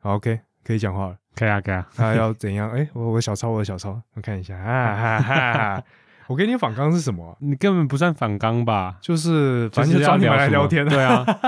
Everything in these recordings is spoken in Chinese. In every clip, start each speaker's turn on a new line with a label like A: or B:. A: 好，OK，可以讲话了。
B: 可以啊，可以啊，
A: 他要怎样？哎、我我小抄，我小抄，我看一下啊哈哈哈！ 我给你的反纲是什么啊、
B: 你根本不算反刚吧？
A: 就是反正就
B: 就
A: 是找你们来
B: 要
A: 聊
B: 聊什
A: 天
B: 么对啊，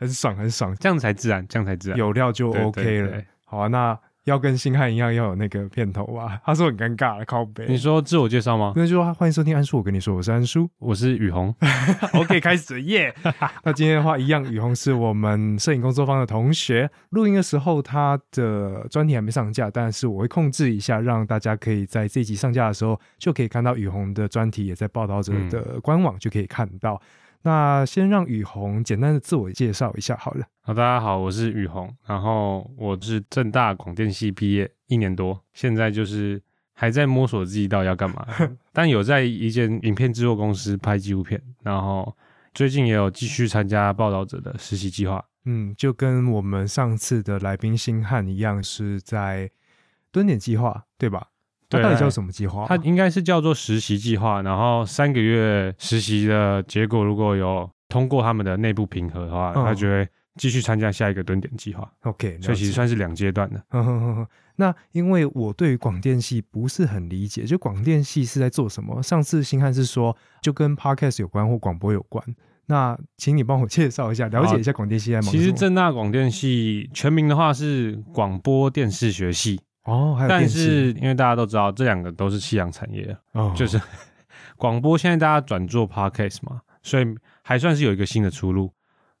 A: 很爽很爽，
B: 这样才自然，这样才自然。
A: 有料就
B: 对
A: OK 了。
B: 对对
A: 好啊，那要跟星汉一样要有那个片头吧？他说很尴尬的靠背，
B: 你说自我介绍吗？
A: 那就说欢迎收听安叔，我跟你说我是安叔
B: 我是雨虹，
A: ，OK 开始耶。那今天的话一样，雨虹是我们摄影工作坊的同学，录音的时候他的专题还没上架，但是我会控制一下，让大家可以在这一集上架的时候就可以看到雨虹的专题，也在报道者的官网就可以看到。那先让雨虹简单的自我介绍一下好了。
B: 好，大家好，我是雨虹，然后我是正大广电系毕业一年多，现在就是还在摸索自己到底要 干嘛，但有在一间影片制作公司拍纪录片，然后最近也有继续参加报道者的实习计划，
A: 嗯，就跟我们上次的来宾星汉一样，是在蹲点计划，对吧？它
B: 对
A: 到底叫什么计划啊？
B: 它应该是叫做实习计划，然后三个月实习的结果如果有通过他们的内部评核的话，
A: 嗯
B: 他就会继续参加下一个蹲点计划，
A: OK，
B: 所以其
A: 了
B: 实
A: 解
B: 算是两阶段的。
A: 哼哼哼哼 那因为我对于广电系不是很理解，就广电系是在做什么？上次星汉是说就跟 podcast 有关或广播有关，那请你帮我介绍一下，了解一下广电系在忙什
B: 其
A: 么。
B: 实正大广电系全名的话是广播电视学系，
A: 哦，还有
B: 但
A: 电视，
B: 是因为大家都知道这两个都是夕阳产业，啊
A: 哦
B: 就是广播现在大家转做 podcast 嘛，所以还算是有一个新的出路。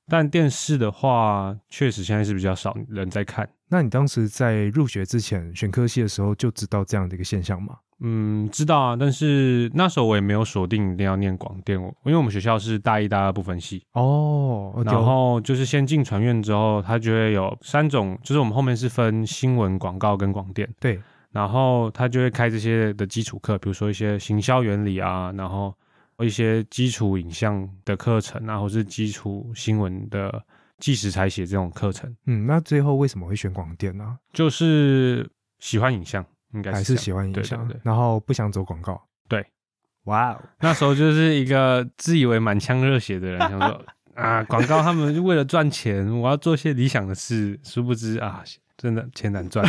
B: 但电视的话，确实现在是比较少人在看。
A: 那你当时在入学之前选科系的时候就知道这样的一个现象吗？
B: 嗯，知道啊，但是那时候我也没有锁定一定要念广电，我因为我们学校是大一、大二不分系，
A: 哦，哦
B: 然后就是先进传院之后，它就会有三种，就是我们后面是分新闻、广告跟广电，
A: 对，
B: 然后它就会开这些的基础课，比如说一些行销原理啊，然后一些基础影像的课程啊，或是基础新闻的纪实采写这种课程，
A: 嗯，那最后为什么会选广电呢、
B: 就是喜欢影像，应该
A: 还
B: 是
A: 是
B: 这样
A: 喜欢影像
B: 对对对，
A: 然后不想走广告。
B: 对，
A: 哇哦，
B: 那时候就是一个自以为满腔热血 的人，想说啊，广告他们就为了赚钱，我要做些理想的事，殊不知啊，真的钱难赚，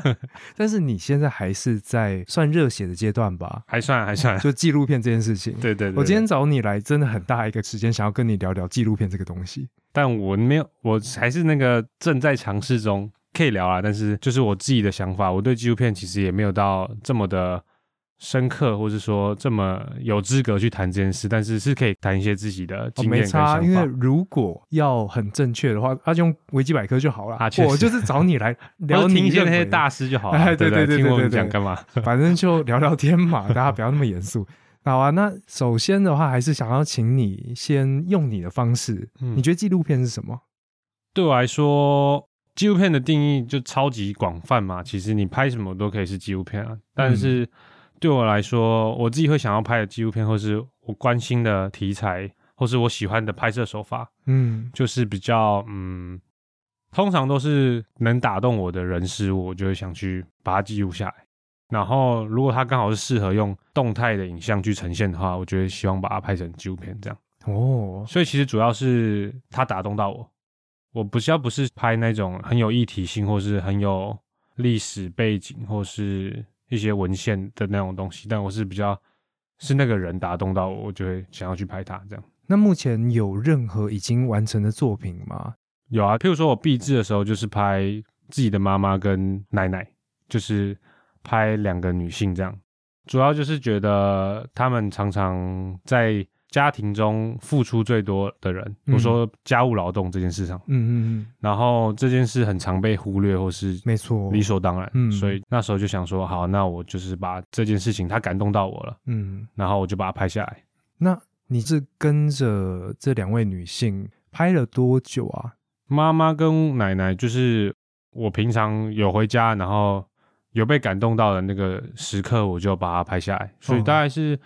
A: 但是你现在还是在算热血的阶段吧？
B: 还算还算，
A: 就纪录片这件事情。
B: 对对对对
A: 我今天找你来，真的很大一个时间想要跟你聊聊纪录片这个东西。
B: 但我没有，我还是那个正在尝试中，可以聊啊，但是就是我自己的想法，我对纪录片其实也没有到这么的。深刻，或是说这么有资格去谈这件事，但是是可以谈一些自己的
A: 哦、
B: 经验
A: 没
B: 跟想法。
A: 差，因为如果要很正确的话，他、就用维基百科就好了。
B: 啊确实
A: 我就是找你来
B: 我
A: 聊
B: 就
A: 你
B: 听一些
A: 认
B: 那些
A: 为的
B: 大师就好 了、
A: 哎对
B: 对不
A: 对对
B: 听我
A: 对
B: 们
A: 对
B: 讲干嘛？
A: 反正就聊聊天嘛，大家不要那么严肃。好啊，那首先的话，还是想要请你先用你的方式，
B: 嗯
A: 你觉得纪录片是什么？
B: 对我来说，纪录片的定义就超级广泛嘛。其实你拍什么都可以是纪录片啊。但是对我来说，我自己会想要拍的纪录片，或是我关心的题材，或是我喜欢的拍摄手法，
A: 嗯
B: 就是比较嗯，通常都是能打动我的人事物，我就会想去把它记录下来。然后，如果它刚好是适合用动态的影像去呈现的话，我就会希望把它拍成纪录片这样。
A: 哦，
B: 所以其实主要是他打动到我。我不是要不是拍那种很有议题性，或是很有历史背景，或是一些文献的那种东西，但我是比较是那个人打动到我，我就会想要去拍他这样。
A: 那目前有任何已经完成的作品吗？
B: 有啊，譬如说我毕制的时候，就是拍自己的妈妈跟奶奶，就是拍两个女性这样。主要就是觉得她们常常在家庭中付出最多的人，
A: 嗯
B: 我说家务劳动这件事上，
A: 嗯嗯嗯，
B: 然后这件事很常被忽略或是
A: 没错，
B: 理所当然，
A: 嗯
B: 所以那时候就想说，好，那我就是把这件事情它感动到我了，
A: 嗯，
B: 然后我就把它拍下来。
A: 那你是跟着这两位女性拍了多久啊？
B: 妈妈跟奶奶就是我平常有回家，然后有被感动到的那个时刻，我就把它拍下来，所以
A: 哦
B: 大概是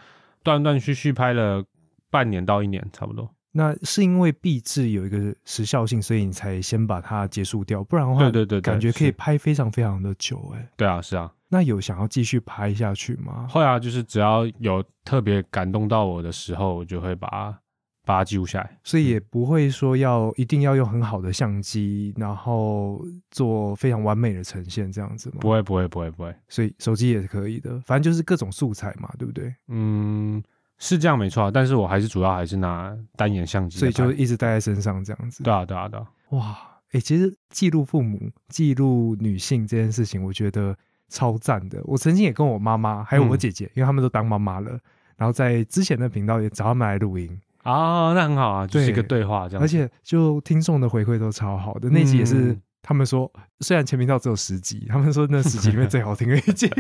B: 断断续续拍了半年到一年差不多。
A: 那是因为毕制有一个时效性，所以你才先把它结束掉，不然的话，
B: 对对对对
A: 感觉可以
B: 是
A: 拍非常非常的久、欸，哎。
B: 对啊，是啊，啊
A: 那有想要继续拍下去吗？
B: 后来就是只要有特别感动到我的时候，我就会把它把它记录下来。
A: 所以也不会说要一定要用很好的相机，然后做非常完美的呈现这样子嘛。
B: 不会，不会，不会，不会。
A: 所以手机也是可以的，反正就是各种素材嘛，对不对？
B: 嗯，是这样没错啊，但是我还是主要还是拿单眼相机
A: 所
B: 来
A: 以
B: 拍，
A: 就一直带在身上这样子。
B: 对啊，对啊，对啊，
A: 哇，哎、其实记录父母、记录女性这件事情，我觉得超赞的。我曾经也跟我妈妈还有我
B: 嗯
A: 姐姐，因为他们都当妈妈了，然后在之前的频道也找他们来录音，
B: 啊，那很好啊，就是一
A: 对
B: 个对话这样子，
A: 而且就听众的回馈都超好的。那集也是
B: 嗯
A: 他们说，虽然前频道只有十集，他们说那十集里面最好听的一 集。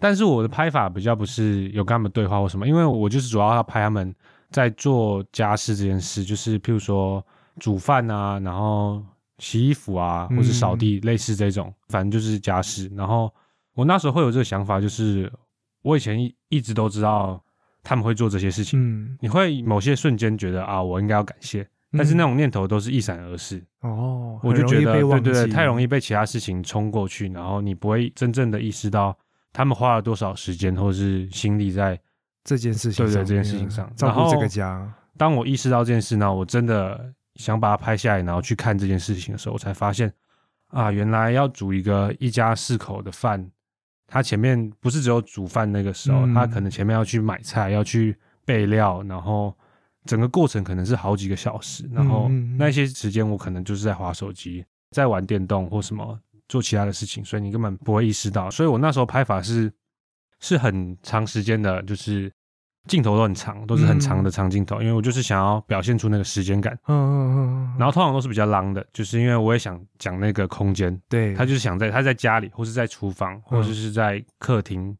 B: 但是我的拍法比较不是有跟他们对话或什么，因为我就是主要要拍他们在做家事这件事，就是譬如说煮饭啊，然后洗衣服啊，
A: 嗯
B: 或是扫地，类似这种，反正就是家事。然后我那时候会有这个想法，就是我以前一一直都知道他们会做这些事情，
A: 嗯，
B: 你会某些瞬间觉得啊，我应该要感谢，但是那种念头都是一闪而逝，
A: 哦，
B: 我就觉
A: 嗯
B: 得
A: 很容易
B: 对
A: 被
B: 对对，太容
A: 易。
B: 易被其他事情冲过去，然后你不会真正的意识到他们花了多少时间或是心力在
A: 这件事情
B: 对对
A: 上面，
B: 这件事情上
A: 照
B: 然
A: 顾
B: 后
A: 这个家，
B: 当我意识到这件事呢，我真的想把它拍下来，然后去看这件事情的时候，我才发现啊，原来要煮一个一家四口的饭，它前面不是只有煮饭那个时候，
A: 嗯
B: 它可能前面要去买菜，要去备料，然后整个过程可能是好几个小时，然后
A: 嗯嗯嗯
B: 那些时间我可能就是在划手机，在玩电动或什么做其他的事情，所以你根本不会意识到。所以我那时候拍法是是很长时间的，就是镜头都很长，都是很长的长镜头，因为我就是想要表现出那个时间感。
A: 嗯嗯嗯嗯，
B: 然后通常都是比较浪的，就是因为我也想讲那个空间，
A: 对，
B: 他就是想在他在家里，或是在厨房，或者是在客厅，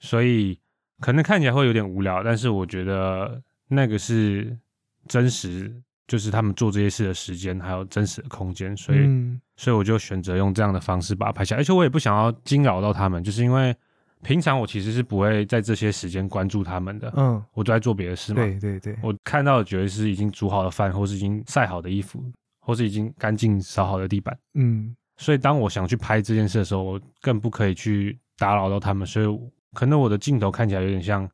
B: 所以可能看起来会有点无聊，但是我觉得那个是真实，就是他们做这些事的时间，还有真实的空间，所以、
A: 嗯
B: 所以我就选择用这样的方式把它拍下来，而且我也不想要惊扰到他们，就是因为平常我其实是不会在这些时间关注他们的，
A: 嗯，
B: 我都在做别的事嘛，
A: 对对对，
B: 我看到的绝对是已经煮好的饭，或是已经晒好的衣服，或是已经干净扫好的地板。
A: 嗯，
B: 所以当我想去拍这件事的时候，我更不可以去打扰到他们，所以可能我的镜头看起来有点像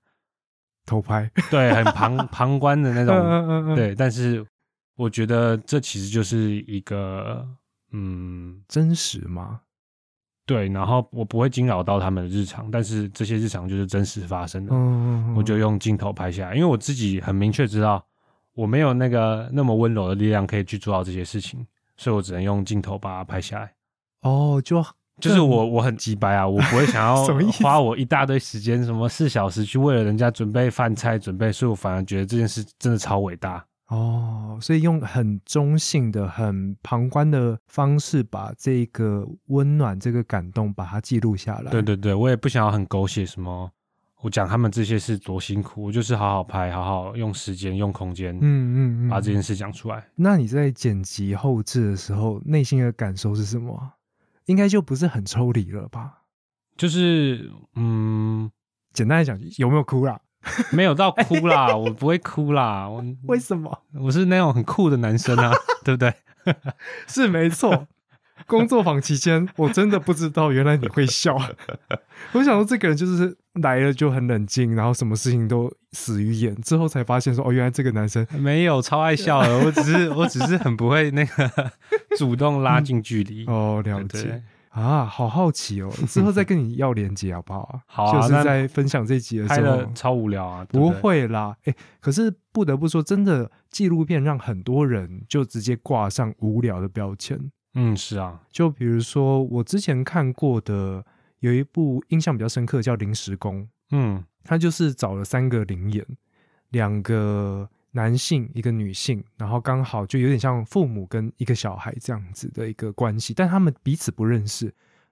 A: 偷拍，
B: 对很旁 旁观的那
A: 嗯
B: 种，
A: 嗯嗯嗯，，
B: 对，但是我觉得这其实就是一个嗯
A: 真实嘛，
B: 对，然后我不会惊扰到他们的日常，但是这些日常就是真实发生的，
A: 嗯，嗯
B: 我就用镜头拍下来，因为我自己很明确知道我没有那个那么温柔的力量可以去做到这些事情，所以我只能用镜头把它拍下来。
A: 哦，就
B: 就是
A: 更
B: 我我很鸡掰啊，我不会 想要
A: 什么意思
B: 花我一大堆时间，什么四小时去为了人家准备饭菜准备，所以我反而觉得这件事真的超伟大。
A: 哦，所以用很中性的、很旁观的方式，把这个温暖、这个感动，把它记录下来。
B: 对，对对，我也不想要很狗血什么，我讲他们这些事多辛苦，我就是好好拍，好好用时间用空间，
A: 嗯嗯嗯。
B: 把这件事讲出来。
A: 那你在剪辑后置的时候，内心的感受是什么啊？应该就不是很抽离了吧？
B: 就是嗯，
A: 简单来讲，有没有哭啦？
B: 没有到哭啦，我不会哭啦，我
A: 为什么？
B: 我是那种很酷的男生啊，对不对？
A: 是没错。工作坊期 间，我真的不知道原来你会笑。我想说，这个人就是来了就很冷静，然后什么事情都死鱼眼，之后才发现说，哦，原来这个男生
B: 没有，超爱笑的，我只是我只是很不会那个主动拉近距离。
A: 哦，了
B: 嗯对
A: 解
B: 对，
A: 啊，好好奇 哦。之后再跟你要连接好不好？
B: 好啊
A: 就是
B: 那
A: 在分享这集的
B: 拍
A: 时候
B: 的，超无聊啊，对
A: 不
B: 不对，
A: 会啦，哎、可是不得不说，真的纪录片让很多人就直接挂上无聊的标签。
B: 嗯，是啊，
A: 就比如说我之前看过的有一部印象比较深刻，叫《临时工》，
B: 嗯
A: 他就是找了三个灵演，两个男性，一个女性，然后刚好就有点像父母跟一个小孩这样子的一个关系，但他们彼此不认识，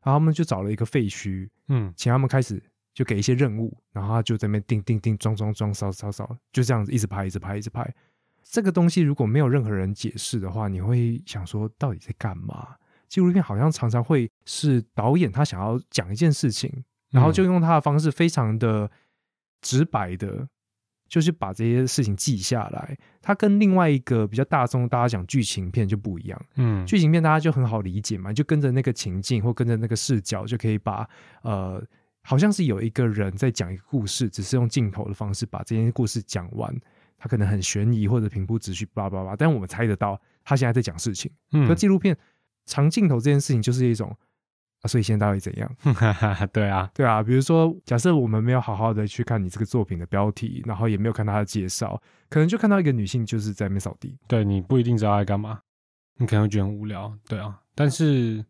A: 然后他们就找了一个废墟，
B: 嗯，
A: 请他们开始就给一些任务，然后他就在那边叮叮叮装装装烧烧烧，就这样子一直拍一直拍一直拍。这个东西如果没有任何人解释的话，你会想说到底在干嘛？纪录片好像常常会是导演他想要讲一件事情，然后就用他的方式非常的直白的，就是把这些事情记下来。它跟另外一个比较大众大家讲剧情片就不一样。
B: 嗯，
A: 剧情片大家就很好理解嘛，你就跟着那个情境或跟着那个视角，就可以把呃，好像是有一个人在讲一个故事，只是用镜头的方式把这件故事讲完。它可能很悬疑或者平铺直叙，叭叭叭，但我们猜得到他现在在讲事情。可
B: 嗯，
A: 纪录片长镜头这件事情就是一种啊，所以现在到底怎样？
B: 对啊，
A: 对啊，比如说，假设我们没有好好的去看你这个作品的标题，然后也没有看它的介绍，可能就看到一个女性就是在那边扫地。
B: 对你不一定知道在干嘛，你可能会觉得很无聊，对啊。但是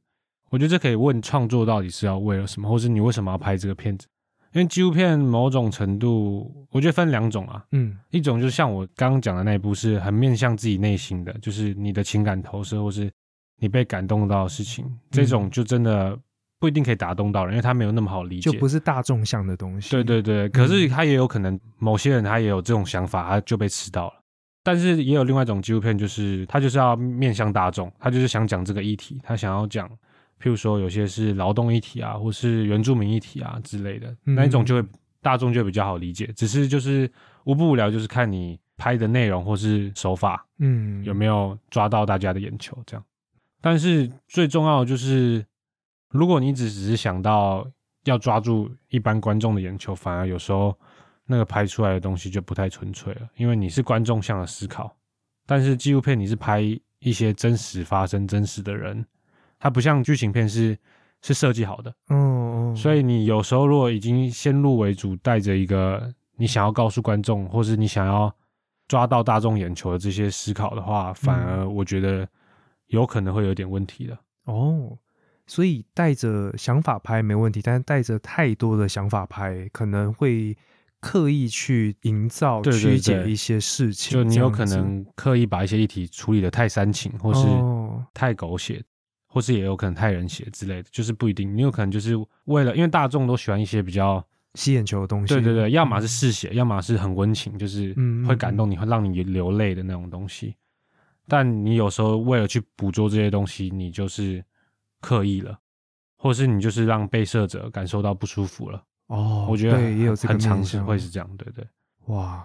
B: 我觉得这可以问创作到底是要为了什么，或是你为什么要拍这个片子？因为纪录片某种程度，我觉得分两种啊，
A: 嗯
B: 一种就是像我刚刚讲的那一部，是很面向自己内心的，就是你的情感投射，或是你被感动到的事情，
A: 嗯
B: 这种就真的不一定可以打动到人，因为他没有那么好理解。
A: 就不是大众向的东西。嗯
B: 对，对对，可是他也有可能，某些人他也有这种想法，他就被吃到了。但是也有另外一种纪录片，就是他就是要面向大众，他就是想讲这个议题，他想要讲，譬如说有些是劳动议题啊，或是原住民议题啊之类的，
A: 嗯
B: 那一种就会大众就会比较好理解。只是就是无不无聊，就是看你拍的内容或是手法
A: 嗯，
B: 有没有抓到大家的眼球这样。但是最重要的就是，如果你只只是想到要抓住一般观众的眼球，反而有时候那个拍出来的东西就不太纯粹了，因为你是观众向的思考。但是纪录片你是拍一些真实发生、真实的人，它不像剧情片是是设计好的，
A: 哦，哦
B: 所以你有时候如果已经先入为主，带着一个你想要告诉观众，或是你想要抓到大众眼球的这些思考的话，反而我觉得有可能会有点问题的。
A: 哦，所以带着想法拍没问题，但是带着太多的想法拍，可能会刻意去营造、
B: 对对
A: 曲解
B: 对
A: 一些事情，
B: 就你
A: 这
B: 有
A: 样
B: 可
A: 子
B: 能刻意把一些议题处理的太煽情，或是
A: 哦
B: 太狗血，或是也有可能太冷血之类的，就是不一定。你有可能就是为了，因为大众都喜欢一些比较
A: 吸眼球的东西。嗯
B: 对对对，要么是嗜血，要么是很温情，就是
A: 嗯嗯
B: 会感动你，会让你流泪的那种东西。但你有时候为了去捕捉这些东西，你就是刻意了，或是你就是让被摄者感受到不舒服了。
A: 哦，
B: 我觉得
A: 对也有这个哦
B: 很
A: 面
B: 常是
A: 向
B: 会是这样，对对
A: 哇，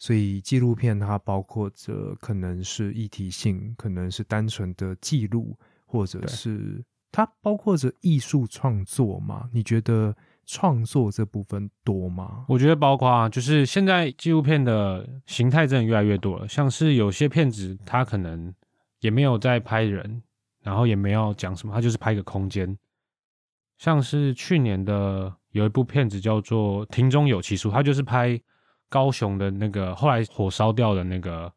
A: 所以纪录片它包括着可能是议题性，可能是单纯的记录，或者
B: 对
A: 是它包括着艺术创作嘛？你觉得创作这部分多吗？
B: 我觉得包括啊，就是现在纪录片的形态真的越来越多了，像是有些片子它可能也没有在拍人，然后也没有讲什么，它就是拍一个空间。像是去年的有一部片子叫做《庭中有奇书》，它就是拍高雄的那个后来火烧掉的那个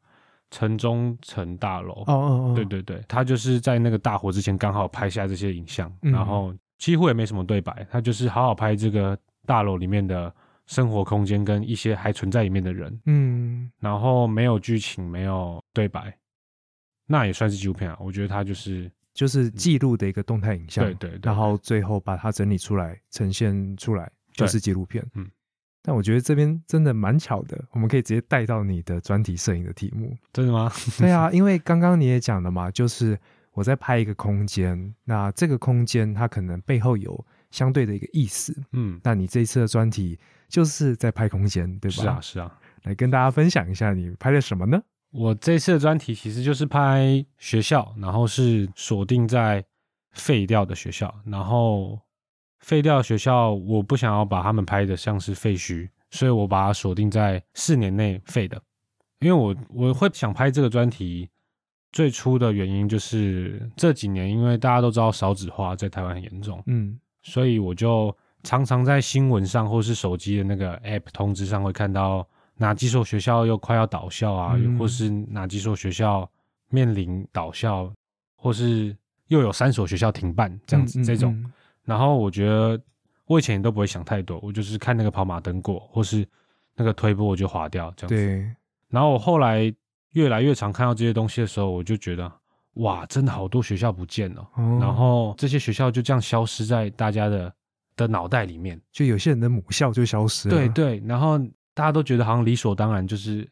B: 城中城大楼。
A: 哦哦哦，
B: 对，对对，他就是在那个大火之前刚好拍下这些影像，
A: 嗯
B: 然后几乎也没什么对白，他就是好好拍这个大楼里面的生活空间跟一些还存在里面的人，
A: 嗯，
B: 然后没有剧情，没有对白，那也算是纪录片啊。我觉得他就是
A: 就是记录的一个动态影像，
B: 嗯对对对
A: 然后最后把它整理出来，呈现出来，就
B: 对
A: 是纪录片。
B: 嗯，
A: 但我觉得这边真的蛮巧的，我们可以直接带到你的专题摄影的题目。
B: 真的吗？
A: 对啊，因为刚刚你也讲了嘛，就是我在拍一个空间，那这个空间它可能背后有相对的一个意思。
B: 嗯，
A: 那你这一次的专题就是在拍空间，对吧？
B: 是啊，是啊。
A: 来跟大家分享一下你拍了什么呢？
B: 我这次的专题其实就是拍学校，然后是锁定在废掉的学校，然后废掉的学校，我不想要把他们拍的像是废墟，所以我把它锁定在四年内废的。因为我我会想拍这个专题，最初的原因就是这几年，因为大家都知道少子化在台湾很严重，
A: 嗯
B: 所以我就常常在新闻上或是手机的那个 App 通知上会看到哪几所学校又快要倒校啊，
A: 嗯
B: 又或是哪几所学校面临倒校，或是又有三所学校停办这样子、
A: 嗯嗯
B: 这种。
A: 嗯
B: 然后我觉得我以前都不会想太多，我就是看那个跑马灯过，或是那个推波我就划掉这样子。
A: 对，
B: 然后我后来越来越常看到这些东西的时候，我就觉得哇，真的好多学校不见了。
A: 哦
B: 然后这些学校就这样消失在大家的的脑袋里面。
A: 就有些人的母校就消失了，
B: 对对，然后大家都觉得好像理所当然，就是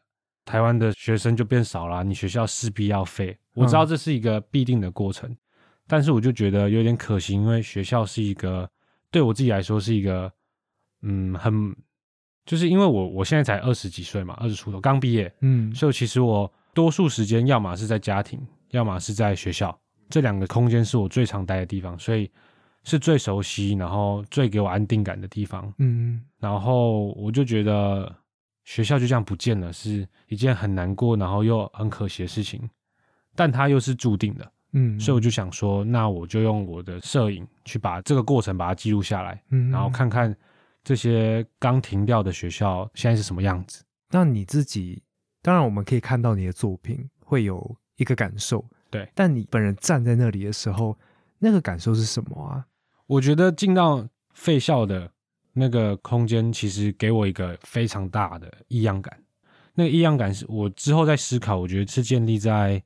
B: 台湾的学生就变少了，啊你学校势必要废。我知道这是一个必定的过程，但是我就觉得有点可惜，因为学校是一个对我自己来说是一个嗯很。就是因为我我现在才二十几岁嘛，二十出头，刚毕业，
A: 嗯，
B: 所以其实我多数时间要么是在家庭，要么是在学校，这两个空间是我最常待的地方，所以是最熟悉，然后最给我安定感的地方。
A: 嗯
B: 然后我就觉得学校就这样不见了，是一件很难过，然后又很可惜的事情，但它又是注定的，
A: 嗯，
B: 所以我就想说，那我就用我的摄影去把这个过程把它记录下来，
A: 嗯，
B: 然后看看这些刚停掉的学校现在是什么样子。
A: 那你自己，当然我们可以看到你的作品会有一个感受，
B: 对
A: 但你本人站在那里的时候，那个感受是什么啊？
B: 我觉得进到废校的那个空间，其实给我一个非常大的异样感。那个异样感是我之后在思考，我觉得是建立在，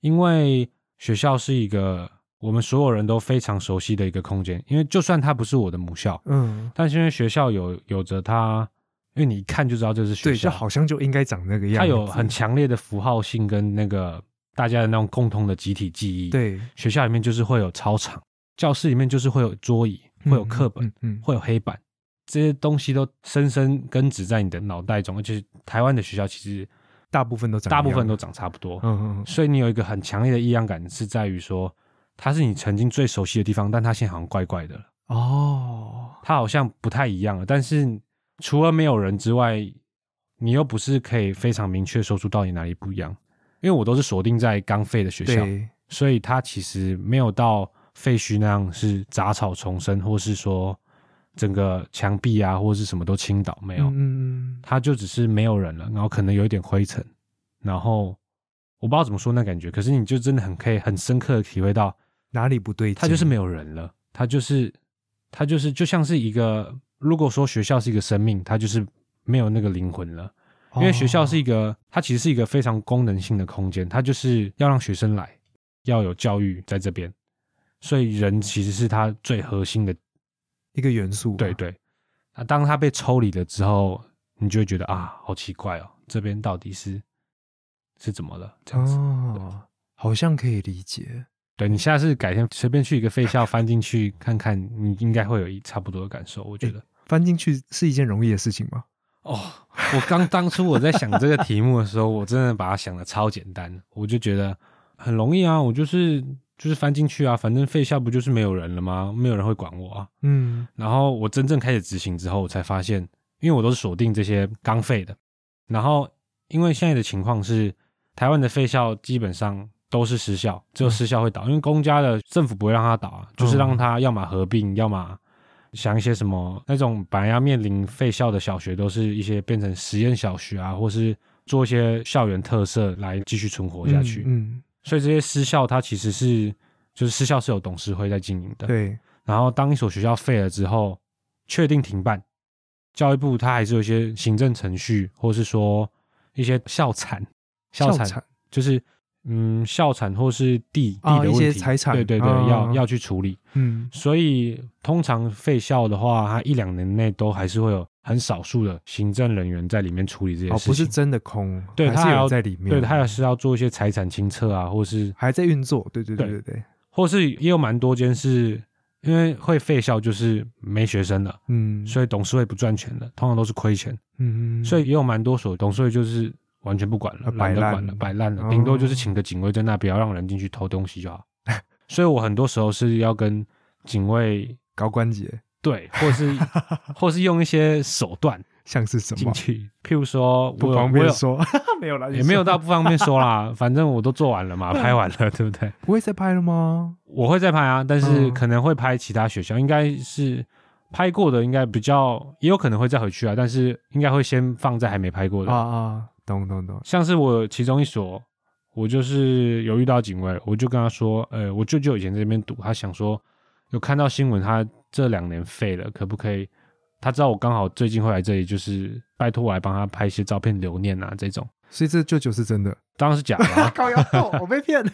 B: 因为学校是一个我们所有人都非常熟悉的一个空间，因为就算它不是我的母校，
A: 嗯，
B: 但是因为学校有有着它，因为你一看就知道这是学
A: 对，就
B: 校，
A: 好像就应该长那个样子，
B: 它有很强烈的符号性跟那个大家的那种共同的集体记忆。，
A: 对，
B: 学校里面就是会有操场，教室里面就是会有桌椅，会有课本，
A: 嗯，嗯，嗯
B: 会有黑板，这些东西都深深根植在你的脑袋中。而且台湾的学校其实
A: 大部分都长一
B: 大
A: 样，
B: 部分都长差不多，
A: 嗯，嗯
B: 所以你有一个很强烈的异样感，是在于说它是你曾经最熟悉的地方，但它现在好像怪怪的了，
A: 嗯，哦，
B: 它好像不太一样了。但是除了没有人之外，你又不是可以非常明确说出到底哪里不一样，因为我都是锁定在刚废的学校，
A: 对，
B: 所以它其实没有到废墟那样是杂草丛生，或是说整个墙壁啊，或是什么都倾倒，没有，
A: 嗯嗯嗯，
B: 它就只是没有人了，然后可能有一点灰尘，然后我不知道怎么说那感觉，可是你就真的很可以很深刻的体会到，
A: 哪里不对劲？
B: 它就是没有人了，它就是它就是就像是一个，如果说学校是一个生命，它就是没有那个灵魂了。
A: 哦，
B: 因为学校是一个，它其实是一个非常功能性的空间，它就是要让学生来，要有教育在这边，所以人其实是它最核心的，
A: 一个元素嘛，啊
B: 对对。那当它被抽离了之后，你就会觉得啊，好奇怪哦，这边到底是是怎么了？这样子，
A: 哦，好像可以理解。
B: 对你下次改天随便去一个废校翻进去看看，你应该会有一差不多的感受，我觉得。
A: 翻进去是一件容易的事情吗？
B: 哦，我刚当初我在想这个题目的时候，我真的把它想的超简单， 我就觉得很容易啊，我就是就是翻进去啊，反正废校不就是没有人了吗？没有人会管我啊。
A: 嗯，
B: 然后我真正开始执行之后，我才发现，因为我都是锁定这些刚废的，然后因为现在的情况是，台湾的废校基本上都是私校，
A: 嗯
B: 只有私校会倒，因为公家的政府不会让它倒啊，就是让它要么合并，要么想一些什么那种本来要面临废校的小学，都是一些变成实验小学啊，或是做一些校园特色来继续存活下去。
A: 嗯，
B: 所以这些私校它其实是就是私校是有董事会在经营的
A: 嗯，对，
B: 然后当一所学校废了之后，确定停办，教育部它还是有一些行政程序，或是说一些校产，校产
A: 产
B: 就是嗯校产或是地地
A: 啊
B: 的问题，
A: 一些财产
B: 对对对，
A: 啊
B: 要要去处理。
A: 嗯
B: 所以通常废校的话，它一两年内都还是会有很少数的行政人员在里面处理这些
A: 哦
B: 事，情，
A: 不是真的空，
B: 对
A: 还
B: 它
A: 是
B: 还
A: 有
B: 要
A: 在里面，
B: 对，它也是要做一些财产清册啊，或是
A: 还在运作，对对对
B: 对
A: 对对，
B: 或是也有蛮多间是因为会废校，就是没学生了。
A: 嗯，
B: 所以董事会不赚钱的，通常都是亏钱，
A: 嗯，
B: 所以也有蛮多所董事会就是完全不管了
A: 啊，摆
B: 懒得
A: 烂
B: 管了，摆烂
A: 哦
B: 了，顶多就是请个警卫在那，不要让人进去偷东西就好。 所以我很多时候是要跟警卫
A: 高关节
B: 对，或 是或是用一些手段
A: 像是什
B: 进
A: 么？
B: 去，譬如说我
A: 不
B: 有
A: 方
B: 我
A: 便
B: 有
A: 说， 没有啦，
B: 也没有
A: 你
B: 到不方便说啦，反正我都做完 了嘛，拍完了，对不对？
A: 说不会再拍了吗？
B: 我会再拍啊，但是
A: 嗯
B: 可能会拍其他学校，应该是拍过的，应该比较也有可能会再回去啊，但是应该会先放在还没拍过的。
A: 啊啊，懂懂懂，
B: 像是我其中一所，我就是有遇到警卫，我就跟他说，呃，我舅舅以前在这边读，他想说有看到新闻，他这两年废了，可不可以？他知道我刚好最近会来这里，就是拜托我来帮他拍一些照片留念啊，这种
A: 所以这舅舅是真的，，
B: 当然是假的、啊
A: 高腰痛，我被骗了，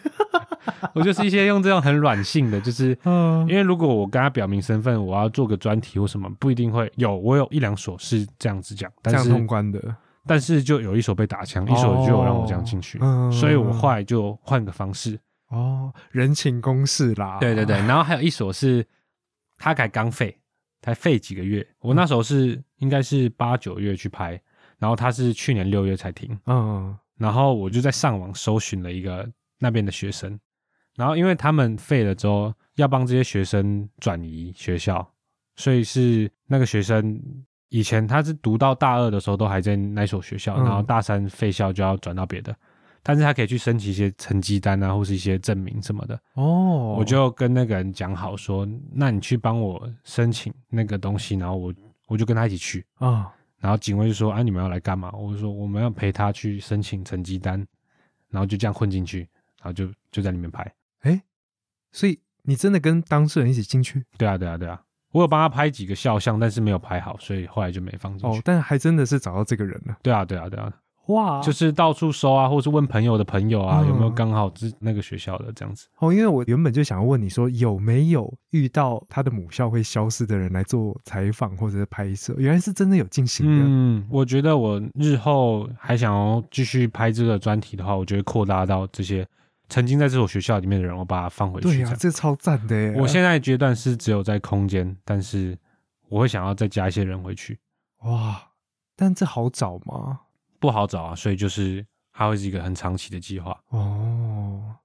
B: 我就是一些用这种很软性的，就是
A: 嗯
B: 因为如果我跟他表明身份，我要做个专题或什么，不一定会有。我有一两所是这样子讲，
A: 这
B: 但
A: 样
B: 是
A: 通关的，
B: 但是就有一所被打枪，一所就有让我这样进去，
A: 哦嗯
B: 所以我后来就换个方式。啊
A: 哦，人情公事啦，
B: 对对对，，然后还有一所是他才刚废，才废几个月。我那时候是应该是八九月去拍，然后他是去年六月才停，
A: 嗯，
B: 然后我就在上网搜寻了一个那边的学生，然后因为他们废了之后，要帮这些学生转移学校，所以是那个学生以前他是读到大二的时候都还在那所学校，
A: 嗯
B: 然后大三废校就要转到别的，但是他可以去申请一些成绩单啊，或是一些证明什么的。
A: 哦，
B: 我就跟那个人讲好说，那你去帮我申请那个东西，然后我我就跟他一起去。
A: 啊，
B: 然后警卫就说：“啊，你们要来干嘛？”我就说：“我们要陪他去申请成绩单。”然后就这样混进去，然后就就在里面拍。
A: 所以你真的跟当事人一起进去
B: 对啊，对啊，对啊，我有帮他拍几个肖像，但是没有拍好，所以后来就没放进去。
A: 哦，但还真的是找到这个人了，
B: 对啊，对啊，对啊，
A: 哇
B: 就
A: 就是
B: 是到处搜啊，或是问朋友的朋友啊，
A: 嗯
B: 有没有刚好是那个学校的这样子。
A: 哦，因为我原本就想要问你说有没有遇到他的母校会消失的人来做采访或者是拍摄，原来是真的有进行的，
B: 嗯，我觉得我日后还想要继续拍这个专题的话，我就会扩大到这些曾经在这所学校里面的人，我把它放回去。
A: 对
B: 这
A: 呀、
B: 样
A: 啊，这超赞的耶，
B: 我现在阶段是只有在空间，但是我会想要再加一些人回去，
A: 哇，但这好找吗？
B: 不好找啊，所以就是它会是一个很长期的计划。
A: 哦，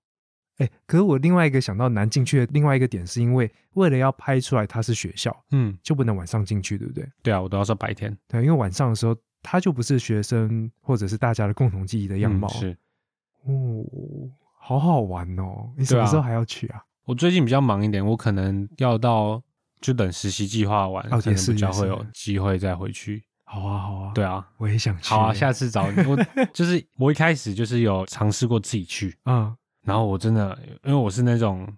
A: 哎，可是我另外一个想到难进去的另外一个点，是因为为了要拍出来它是学校，
B: 嗯，
A: 就不能晚上进去，对不对？
B: 对啊，我都要说白天
A: 对，因为晚上的时候，它就不是学生或者是大家的共同记忆的样
B: 嗯
A: 貌。
B: 是
A: 哦，好好玩哦！你什么
B: 对啊
A: 时候还要去啊？
B: 我最近比较忙一点，我可能要到就等实习计划完，
A: 哦
B: 可
A: 也
B: 能
A: 是
B: 比较
A: 也是
B: 会有机会再回去。
A: 好啊，好啊，，
B: 对啊，
A: 我也想去耶。
B: 好啊，下次找你。我 就是我一开始就是有尝试过自己去，
A: 啊、
B: 然后我真的因为我是那种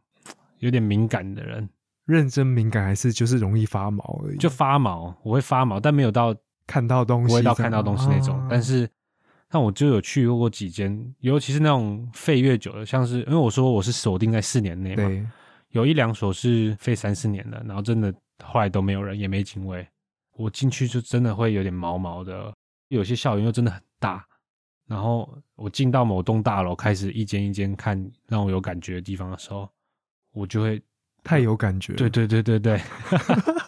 B: 有点敏感的人，
A: 认真敏感还是就是容易发毛而已，
B: 就发毛，我会发毛，但没有到
A: 看到东西这
B: 不会
A: 样，
B: 到看到东西那种。
A: 啊
B: 但是，但我就有去过几间，尤其是那种废越久的，像是因为我说我是锁定在四年内嘛，
A: 对，
B: 有一两所是废三四年的，然后真的后来都没有人，也没警卫。我进去就真的会有点毛毛的，有些校园又真的很大。然后我进到某栋大楼，开始一间一间看让我有感觉的地方的时候，我就会
A: 太有感觉了。
B: 嗯对对对对对。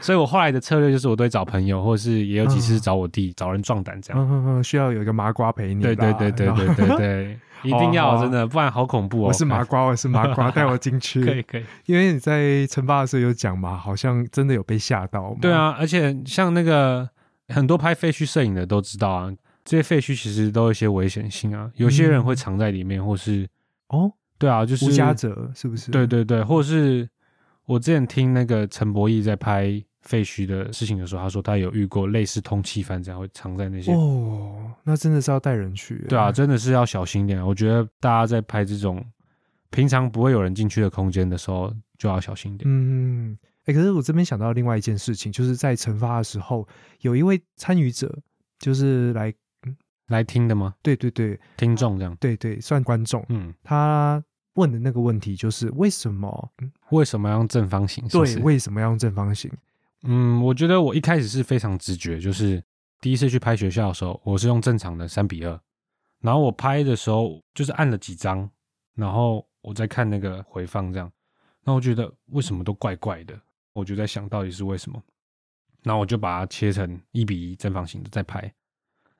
B: 所以我后来的策略就是，我都会找朋友，或者是也有几次是找我弟，找人壮胆这
A: 嗯
B: 样。
A: 嗯嗯，需要有一个麻瓜陪你吧。
B: 对对对对
A: 嗯然后
B: 对对对， 一定
A: 好
B: 要
A: 啊
B: 真的，不然好恐怖哦。
A: 我是嗯麻
B: 看，
A: 瓜，我是麻瓜，带我进去。
B: 可以，可以。
A: 因为你在称霸的时候有讲嘛，好像真的有被吓到嘛。
B: 对，啊，而且像那个很多拍废墟摄影的都知道啊，这些废墟其实都有一些危险性啊，有些人会藏在里面，或是
A: 哦，
B: 对啊，就
A: 嗯
B: 是
A: 无家者是不是？
B: 对对对，或是我之前听那个陈柏毅在拍废墟的事情的时候，他说他有遇过类似通缉犯这样会藏在那些。
A: 哦，那真的是要带人去耶。
B: 对啊，真的是要小心一点。我觉得大家在拍这种平常不会有人进去的空间的时候，就要小心一点。
A: 嗯，哎、可是我这边想到另外一件事情，就是在惩罚的时候，有一位参与者就是来，
B: 来听的吗？
A: 对对对
B: 听众这样，
A: 对对，算观众，
B: 嗯，
A: 他问的那个问题就是为什么？
B: 为什么要用正方形？是不
A: 对
B: 是，
A: 为什么要用正方形？
B: 嗯，我觉得我一开始是非常直觉，就是第一次去拍学校的时候，我是用正常的三比二，然后我拍的时候就是按了几张，然后我再看那个回放这样，那我觉得为什么都怪怪的，我就在想到底是为什么，然后我就把它切成一比一正方形的再拍，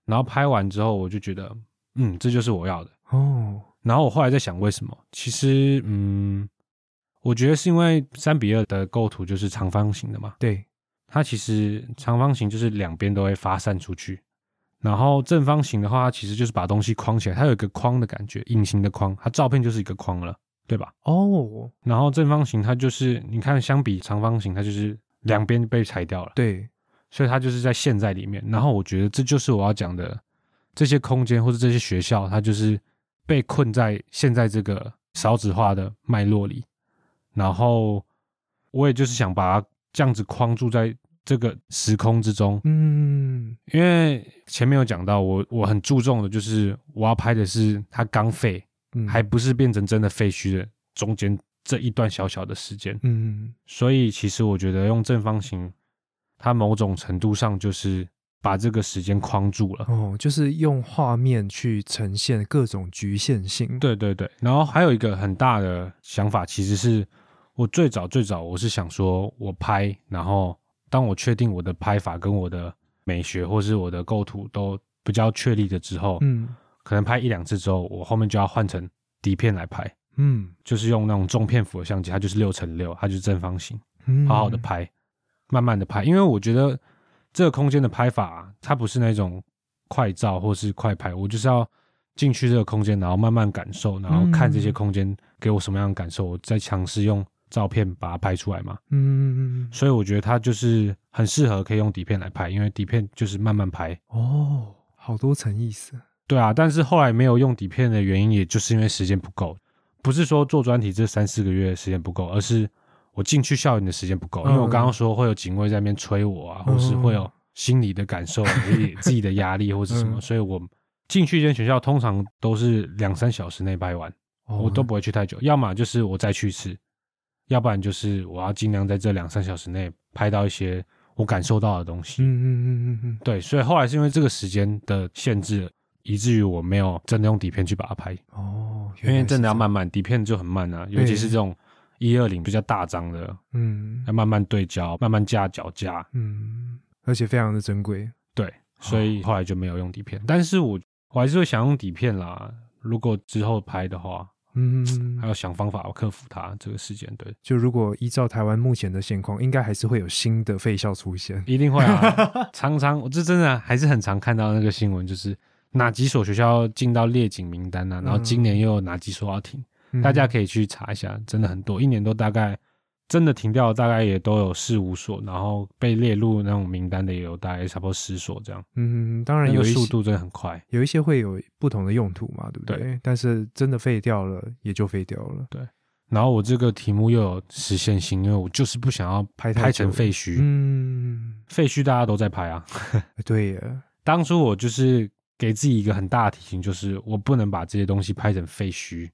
B: 然后拍完之后我就觉得，嗯，这就是我要的。
A: 哦，
B: 然后我后来在想为什么，其实嗯，我觉得是因为三比二的构图就是长方形的嘛。
A: 对，
B: 它其实长方形就是两边都会发散出去，然后正方形的话，它其实就是把东西框起来，它有一个框的感觉，隐形的框，它照片就是一个框了，对吧？
A: 哦，
B: 然后正方形它就是，你看相比长方形，它就是两边被裁掉了，
A: 对，
B: 所以它就是在陷在里面。然后我觉得这就是我要讲的，这些空间或者这些学校，它就是被困在现在这个少子化的脉络里。然后我也就是想把它这样子框住在这个时空之中，
A: 嗯，
B: 因为前面有讲到我，我很注重的就是我要拍的是它刚废，
A: 嗯
B: 还不是变成真的废墟的中间这一段小小的时间。
A: 嗯，
B: 所以其实我觉得用正方形，它某种程度上就是把这个时间框住了。
A: 哦，就是用画面去呈现各种局限性。，
B: 对对对，然后还有一个很大的想法，其实是我最早最早我是想说，我拍，然后当我确定我的拍法跟我的美学或是我的构图都比较确立了之后，
A: 嗯
B: 可能拍一两次之后，我后面就要换成底片来拍，
A: 嗯
B: 就是用那种重片幅的相机，它就是六乘六，它就是正方形，
A: 嗯，
B: 好好的拍，慢慢的拍。因为我觉得这个空间的拍法、啊，它不是那种快照或是快拍，我就是要进去这个空间，然后慢慢感受，然后看这些空间给我什么样的感受，我再尝试用照片把它拍出来嘛。
A: 嗯，
B: 所以我觉得它就是很适合可以用底片来拍，因为底片就是慢慢拍。
A: 哦，好多层意思。
B: 对啊，但是后来没有用底片的原因，也就是因为时间不够，不是说做专题这三四个月的时间不够，而是我进去校园的时间不够，
A: 嗯
B: 因为我刚刚说会有警卫在那边催我啊，
A: 嗯
B: 或是会有心理的感受，也自己的压力或是什么，
A: 嗯
B: 所以我进去一间学校通常都是两三小时内拍完，
A: 哦
B: 我都不会去太久，要么就是我再去一次，要不然就是我要尽量在这两三小时内拍到一些我感受到的东西。
A: 嗯嗯嗯嗯嗯，
B: 对，所以后来是因为这个时间的限制，以至于我没有真的用底片去把它拍，
A: 哦，
B: 因为真的要
A: 慢，
B: 慢慢，底片就很慢啊，尤其是这种一二零比较大张的，
A: 嗯
B: 要慢慢对焦，慢慢架脚架，
A: 嗯，而且非常的珍贵。
B: 对，所以后来就没有用底片，但是我我还是会想用底片啦，如果之后拍的话，
A: 嗯，
B: 还要想方法克服它这个时间，对，
A: 就如果依照台湾目前的现况，应该还是会有新的废校出现。
B: 一定会啊，常常我这真的还是很常看到那个新闻，就是哪几所学校进到列警名单啊，然后今年又有哪几所要停。
A: 嗯
B: 大家可以去查一下，真的很多，一年都大概真的停掉的大概也都有四五所，然后被列入那种名单的也有大概差不多十所这样，
A: 嗯，当
B: 那
A: 然
B: 个
A: 有一
B: 速
A: 些
B: 度真的很快。
A: 有一些会有不同的用途嘛，对不对？
B: 对
A: 但是真的废掉了，也就废掉了。
B: 然后我这个题目又有实现性，因为我就是不想要
A: 拍太
B: 拍
A: 久
B: 成
A: 了
B: 废墟，
A: 嗯，哎
B: 废墟大家都在拍啊。
A: 对耶，
B: 当初我就是给自己一个很大的提醒，就是我不能把这些东西拍成废墟，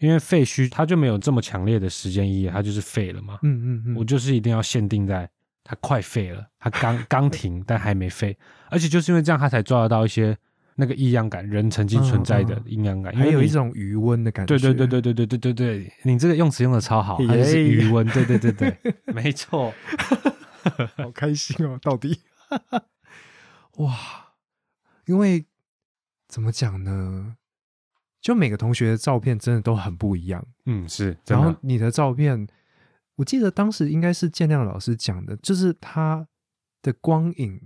B: 因为废墟它就没有这么强烈的时间意义，它就是废了嘛。
A: 嗯嗯嗯，
B: 我就是一定要限定在它快废了，它 刚刚停但还没废，而且就是因为这样，它才抓得到一些那个异样感，人曾经存在的
A: 嗯嗯
B: 异样感，因
A: 还
B: 为
A: 有一
B: 你。
A: 种余温的感觉。
B: 对对对对对对对对对，你这个用词用的超好，它
A: 耶
B: 就是余温，对对 对对，没错，
A: 好开心哦！到底， 哇，因为怎么讲呢？就每个同学的照片真的都很不一样。
B: 嗯是，
A: 然
B: 然
A: 后
B: 后
A: 你的照片，我记得当时应该是建亮老师讲的，就是他的光影，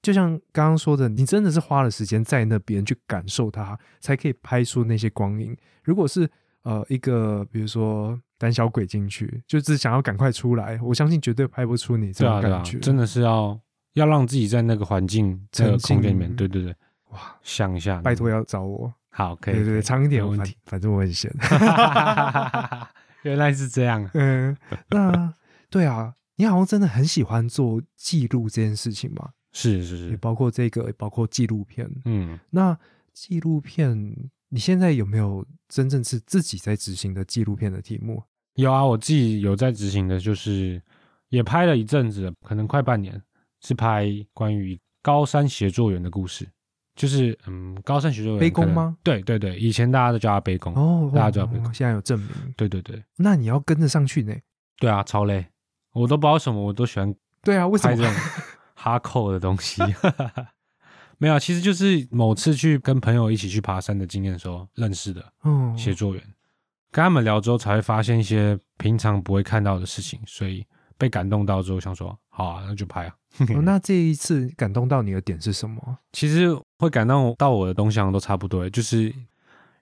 A: 就像刚刚说的，你真的是花了时间在那边去感受它，才可以拍出那些光影。如果是呃一个，比如说胆小鬼进去，就只想要赶快出来，我相信绝对拍不出你这
B: 对
A: 种
B: 啊对
A: 感
B: 啊
A: 觉。，
B: 真的是要要让自己在那个环境、这个
A: 沉浸嗯
B: 空间里面，对对对，
A: 哇，
B: 想一下，
A: 拜托要找我，
B: 好，可以，
A: 对对
B: 可
A: 对，
B: 以
A: 长一点，
B: 没问
A: 反
B: 题，
A: 反正我很闲。
B: 原来是这样啊，
A: 嗯，那对啊，你好像真的很喜欢做记录这件事情吧？
B: 是是
A: 也
B: 是，
A: 包括这个，也包括纪录片。
B: 嗯，
A: 那纪录片，你现在有没有真正是自己在执行的纪录片的题目？
B: 有啊，我自己有在执行的，就是也拍了一阵子，可能快半年，是拍关于高山协作员的故事。就是嗯，高山协作员
A: 杯弓
B: 可能
A: 吗？
B: 对对对，以前大家都叫他杯弓。
A: 哦，
B: 大家
A: 哇
B: 知道杯弓
A: 现在有证明，
B: 对对对
A: 那你要跟得上去呢？
B: 对啊，超累，我都不知道为什么，我都喜欢
A: 对啊，为什
B: 拍这
A: 么
B: 种？ 哈扣的东西。 没有，啊其实就是某次去跟朋友一起去爬山的经验的时候认识的。
A: 嗯，
B: 写作员，跟他们聊之后才会发现一些平常不会看到的事情，所以被感动到之后想说，好啊，那就拍啊。
A: 哦那这一次感动到你的点是什么？
B: 其实会感动到我的东西好像都差不多了，就是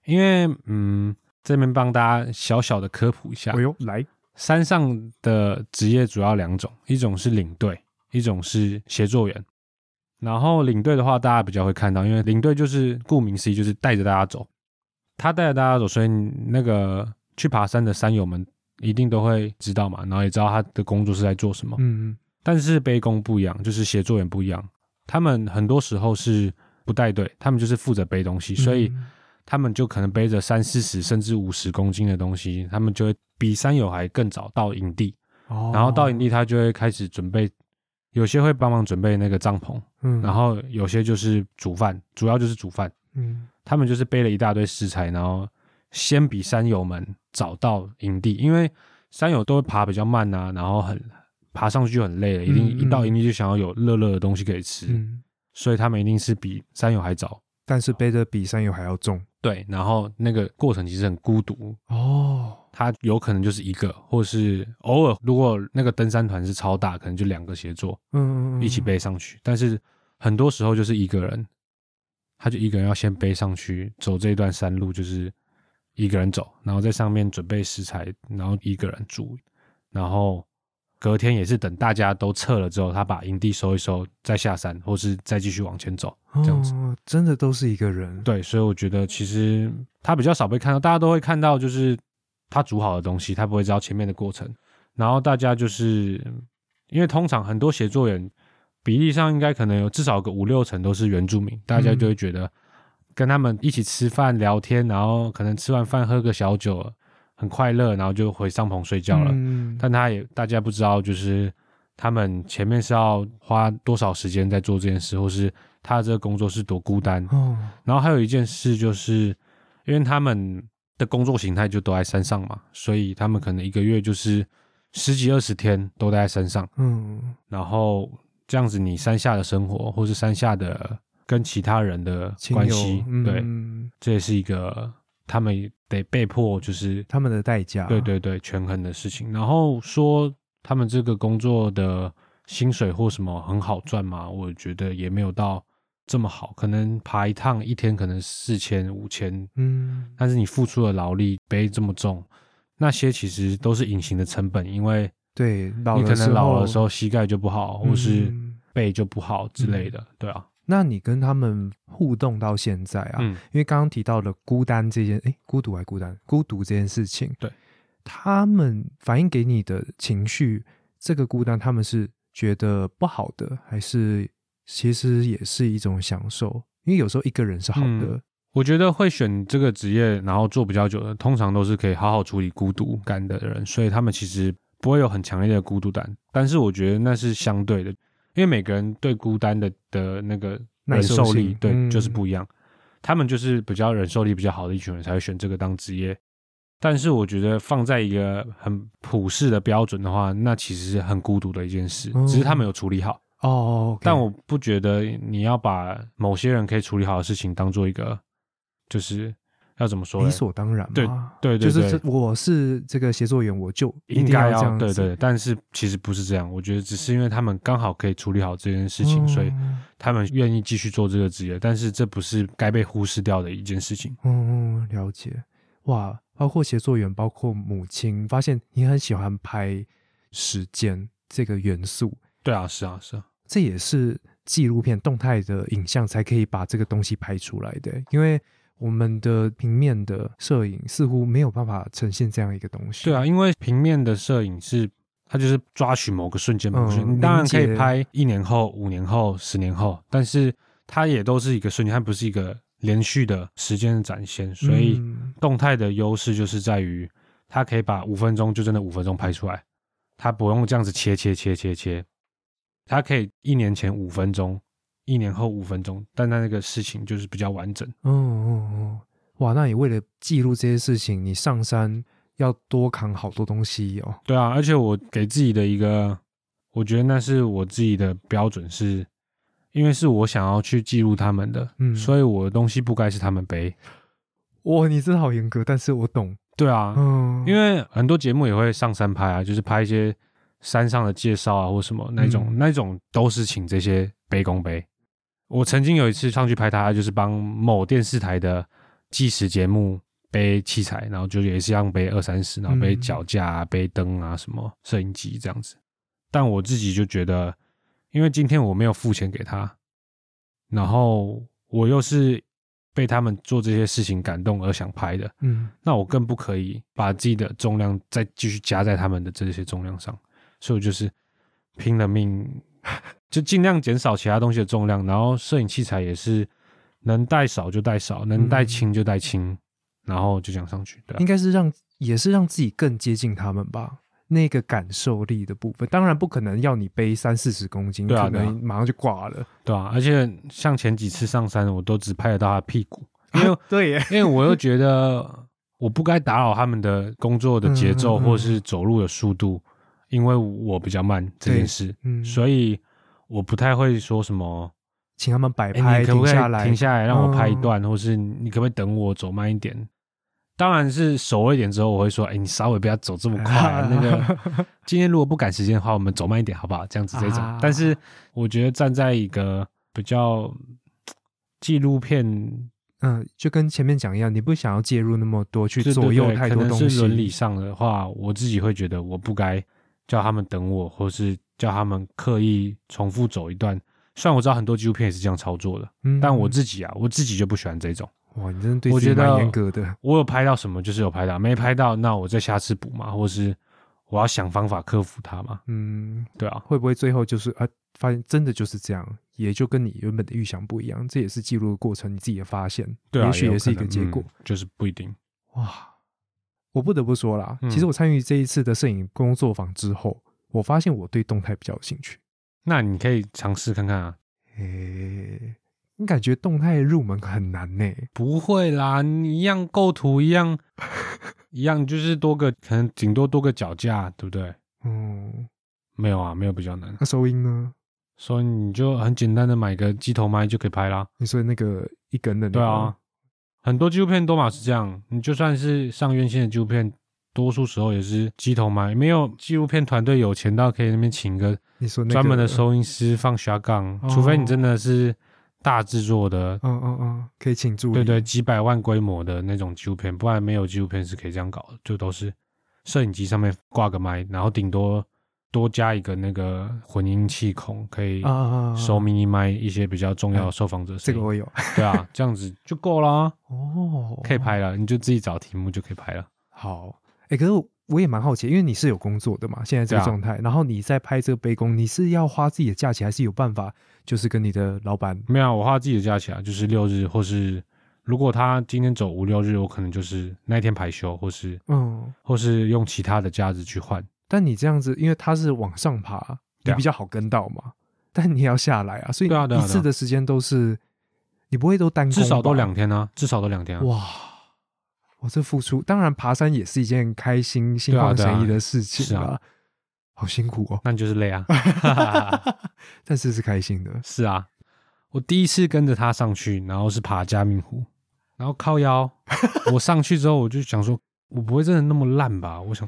B: 因为嗯，这边帮大家小小的科普一下
A: 哎，呦，来，
B: 山上的职业主要两种，一种是领队，一种是协作员。然后领队的话，大家比较会看到，因为领队就是顾名思义，就是带着大家走。他带着大家走，所以那个去爬山的山友们一定都会知道嘛，然后也知道他的工作是在做什么。
A: 嗯，
B: 但是背工不一样，就是协作员不一样，他们很多时候是不带队，他们就是负责背东西，所以
A: 嗯
B: 他们就可能背着三四十甚至五十公斤的东西，他们就会比山友还更早到营地，
A: 哦，
B: 然后到营地他就会开始准备，有些会帮忙准备那个帐篷，
A: 嗯，
B: 然后有些就是煮饭，主要就是煮饭，
A: 嗯，
B: 他们就是背了一大堆食材，然后先比山友们找到营地，因为山友都会爬比较慢啊，然后很爬上去就很累了，一定
A: 嗯嗯
B: 一到营地就想要有热热的东西可以吃，
A: 嗯，
B: 所以他们一定是比山友还早。
A: 但是背的比山友还要重
B: 对，然后那个过程其实很孤独，
A: 哦，
B: 它有可能就是一个，或是偶尔如果那个登山团是超大，可能就两个协作
A: 嗯嗯嗯，
B: 一起背上去。但是很多时候就是一个人，他就一个人要先背上去，走这一段山路就是一个人走，然后在上面准备食材，然后一个人住，然后隔天也是等大家都撤了之后，他把营地收一收，再下山，或是再继续往前走。这样子
A: 哦真的都是一个人。
B: 对，所以我觉得其实他比较少被看到，大家都会看到就是他煮好的东西，他不会知道前面的过程。然后大家就是因为通常很多写作员比例上应该可能有至少有个五六成都是原住民，大家就会觉得跟他们一起吃饭聊天，然后可能吃完饭喝个小酒，很快乐，然后就回帐篷睡觉了。
A: 嗯
B: 但他也大家不知道，就是他们前面是要花多少时间在做这件事，或是他的这个工作是多孤单。
A: 哦，
B: 然后还有一件事，就是因为他们的工作形态就都在山上嘛，所以他们可能一个月就是十几二十天都待在山上，
A: 嗯
B: 然后这样子你山下的生活或是山下的跟其他人的
A: 亲
B: 关
A: 友
B: 系，
A: 嗯
B: 对，这也是一个他们得被迫就是
A: 他们的代价，
B: 对，对对权衡的事情。然后说他们这个工作的薪水或什么很好赚吗？我觉得也没有到这么好，可能爬一趟一天可能四千五千，
A: 嗯
B: 但是你付出的劳力背这么重，那些其实都是隐形的成本，因为
A: 对，老
B: 你可
A: 的
B: 能老的时
A: 候，
B: 候膝盖就不好，或是
A: 嗯
B: 背就不好之类的，对啊，
A: 那你跟他们互动到现在啊，
B: 嗯，
A: 因为刚刚提到了孤单这件，哎，孤独还孤单，孤独这件事情，
B: 对，
A: 他们反映给你的情绪，这个孤单他们是觉得不好的，还是其实也是一种享受？因为有时候一个人是好的
B: 嗯，我觉得会选这个职业，然后做比较久的，通常都是可以好好处理孤独感的人，所以他们其实不会有很强烈的孤独感。但是我觉得那是相对的，因为每个人对孤单的的那个
A: 耐
B: 忍
A: 受
B: 受力
A: 性，
B: 对，
A: 嗯
B: 就是不一样。他们就是比较忍受力比较好的一群人才会选这个当职业。但是我觉得放在一个很普世的标准的话，那其实是很孤独的一件事，
A: 哦
B: 只是他们有处理好。
A: 哦，
B: 但我不觉得你要把某些人可以处理好的事情当做一个，就是要怎么说
A: 理
B: 呢？
A: 所当然嘛，
B: 对对
A: 就是
B: 对
A: 这我是这个协作员，我就一
B: 应
A: 定
B: 该
A: 这样子，
B: 对对，但是其实不是这样。我觉得只是因为他们刚好可以处理好这件
A: 事
B: 事情，所以他们愿意继续做这个职业。但是这不是该被忽视掉的一件事情。
A: 嗯，了解。哇，包括协作员，包括母亲，发现你很喜欢拍时间这个元素，
B: 对啊，是啊，是啊，
A: 这也是纪录片动态的影像才可以把这个东西拍出来的，因为我们的平面的摄影似乎没有办法呈现这样一个东西。
B: 对啊，，因为平面的摄影是。它就是抓取某个瞬间，某个瞬
A: 嗯
B: 间。你当然
A: 凝
B: 可以
A: 结
B: 拍一年后、五年后、十年后，但是它也都是一个瞬间，它不是一个连续的时间的展现。所以，
A: 嗯
B: 动态的优势就是在于，它可以把五分钟就真的五分钟拍出来，它不用这样子切切切切切，它可以一年前五分钟，一年后五分钟，但它那个事情就是比较完整。
A: 哦哦哦，哇，那你为了记录这些事情，你上山要多扛好多东西哦。
B: 对啊，而且我给自己的一个，我觉得那是我自己的标准是。因为是我想要去记录他们的，
A: 嗯
B: 所以我的东西不该是他们背。
A: 哇，你真的好严格，但是我懂。
B: 对啊，
A: 嗯，
B: 因为很多节目也会上山拍啊，就是拍一些山上的介绍啊，或什么那种、
A: 嗯
B: 那种都是请这些背工背。我曾经有一次上去拍他，就是帮某电视台的纪实节目背器材，然后就也是一样背二三十，然后背
A: 嗯
B: 脚架、啊、背灯啊、什么摄影机这样子。但我自己就觉得，因为今天我没有付钱给他，然后我又是被他们做这些事情感动而想拍的，
A: 嗯，
B: 那我更不可以把自己的重量再继续加在他们的这些重量上，所以我就是拼了命， 就尽量减少其他东西的重量，然后摄影器材也是能带少就带少，能带轻就带轻，然后就这样上去，对、啊
A: 嗯应，该是让也是让自己更接近他们吧。那个感受力的部分，当然不可能要你背三四十公斤，
B: 对啊
A: 可
B: 对啊
A: 能马上就挂了。
B: 对啊，而且像前几次上山，我都只拍得到他的屁股，因为
A: 对耶，
B: 因为我又觉得我不该打扰他们的工作的节
A: 嗯
B: 奏
A: 嗯嗯
B: 或是走路的速度，因为我比较慢这
A: 对
B: 件事，
A: 嗯，
B: 所以我不太会说什么，
A: 请他们摆
B: 哎、
A: 拍
B: 你可不
A: 停
B: 可以
A: 下来，
B: 停下来让我拍一
A: 嗯
B: 段，或是你可不可以等我走慢一点？当然是熟了一点之后，我会说，哎、你稍微不要走这么快、啊，那个 今天如果不赶时间的话，我们走慢一点好不好？这样子这种。
A: 啊
B: 但是我觉得站在一个比较嘖纪录片
A: 嗯，就跟前面讲一样，你不想要介入那么多，去
B: 对对
A: 左右
B: 对
A: 太
B: 可
A: 多
B: 能
A: 东
B: 是伦
A: 西。
B: 理上的话，我自己会觉得我不该叫他们等我，或是叫他们刻意重复走一段。虽然我知道很多纪录片也是这样操作的，
A: 嗯
B: 但我自己啊，我自己就不喜欢这种。
A: 哇，你真的对
B: 我
A: 自己
B: 觉得
A: 蛮严格的。
B: 我有拍到什么就是有拍到，没拍到那我再下次补嘛，或是我要想方法克服它嘛，
A: 嗯，
B: 对啊，
A: 会不会最后就是啊，发现真的就是这样，也就跟你原本的预想不一样，这也是记录的过程，你自己的发现，
B: 对啊，
A: 也许
B: 有
A: 也是一
B: 可
A: 个
B: 能
A: 结果。
B: 嗯就是不一定。
A: 哇，我不得不说啦，
B: 嗯
A: 其实我参与这一次的摄影工作坊之后，我发现我对动态比较有兴趣。
B: 那你可以尝试看看啊，
A: 诶、你感觉动态入门很难呢、
B: 不会啦，你一样构图一样 一样，就是多个可能顶多多个脚架，对不对？
A: 嗯，
B: 没有啊，没有比较难，
A: 那收音呢？
B: 所以你就很简单的买个机头麦就可以拍啦。
A: 你说那个一根的、那个，
B: 对啊，，很多纪录片都嘛是这样，你就算是上院线的纪录片，多数时候也是鸡头嘛，没有纪录片团队有钱到可以那边请个
A: 你说那个
B: 专门的，收音师放 s h 杠，
A: 哦
B: 除非你真的是大制作的，
A: 嗯嗯嗯，可以请助理，
B: 对对，，几百万规模的那种纪录片，不然没有纪录片是可以这样搞的，就都是摄影机上面挂个麦，然后顶多多加一个那个混音器孔，可以
A: 啊啊啊，
B: 收迷你麦一些比较重要的
A: 哎
B: 受访者
A: 这
B: 声音
A: 个我有
B: 对啊，这样子就够啦。
A: 哦，
B: 可以拍了，你就自己找题目就可以拍了。
A: 好，哎、可是我我也蛮好奇，因为你是有工作的嘛，现在这
B: 对
A: 个
B: 啊
A: 状态，然后你在拍这个杯弓，你是要花自己的假期，还是有办法，就是跟你的老板
B: 没有啊，我花自己的假期啊，就是六日或是如果他今天走五六日，我可能就是那一天排休，或是
A: 嗯，
B: 或是用其他的假日去换。
A: 但你这样子，因为它是往上爬，你
B: 对啊
A: 比较好跟到嘛，但你也要下来啊，所以
B: 对啊对啊
A: 一次
B: 对啊
A: 的时间都是，你不会都单
B: 至
A: 攻
B: 少都
A: 吧
B: 两天啊，至少都两天啊。
A: 哇，我这付出，当然爬山也是一件开心、心
B: 对啊
A: 旷
B: 对啊
A: 神怡的事情
B: 是啊
A: 好辛苦哦，
B: 那你就 是累啊。哈哈哈
A: 但是是开心的，
B: 是啊，我第一次跟着他上去，然后是爬加命湖，然后靠腰。我上去之后，我就想说，我不会真的那么烂吧？我想，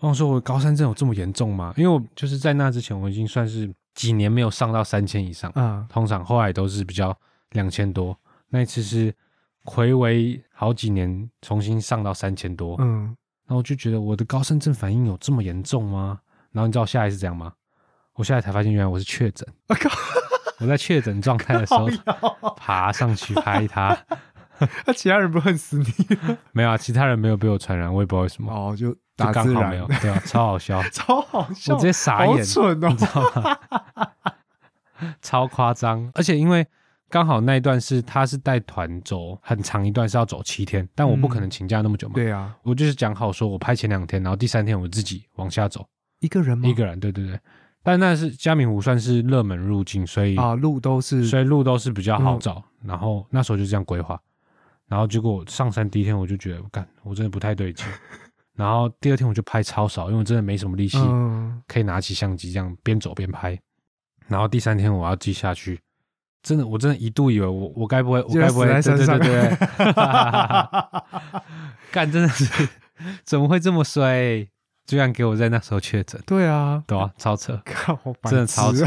B: 我想说，我高山症有这么严重吗？因为我就是在那之前，我已经算是几年没有上到三千以上，
A: 啊、
B: 通常后来都是比较两千多。那一次是回违好几年，重新上到三千多。
A: 嗯，
B: 然后我就觉得我的高山症反应有这么严重吗？然后你知道我下来是怎样吗？我下来才发现，原来我是确诊。
A: 我啊靠，
B: 我在确诊状态的时候
A: 好摇
B: 爬上去拍它，
A: 那其他人不恨死你？
B: 没有啊，其他人没有被我传染，我也不知道为什 么，
A: 哦，就
B: 就
A: 打
B: 刚
A: 字
B: 好没有，对啊，超好笑，
A: 超好笑，
B: 我直接傻眼
A: 好蠢
B: 你
A: 哦
B: 知，道吗？超夸张，而且因为刚好那一段是他是带团走很长一段是要走七天，但我不可能请假那么久嘛，，
A: 嗯对啊，
B: 我就是讲好说我拍前两天，然后第三天我自己往下走，
A: 一个人吗？
B: 一个人，对对对，但那是嘉明湖算是热门入境，所以
A: 啊，路都是
B: 所以路都是比较好
A: 嗯
B: 找。然后那时候就这样规划，然后结果上山第一天我就觉得，干，我真的不太 对劲。然后第二天我就拍超少，因为我真的没什么力气，
A: 嗯，
B: 可以拿起相机这样边走边拍。然后第三天我要记下去，真的，我真的一度以为我我该不会我
A: 就
B: 该不会
A: 死在山上
B: 对对对对对， 干真的是 怎么会这么衰？居然给我在那时候确诊，
A: 对啊，
B: 对啊，超扯。
A: 靠，好白
B: 真的超
A: 痴
B: 扯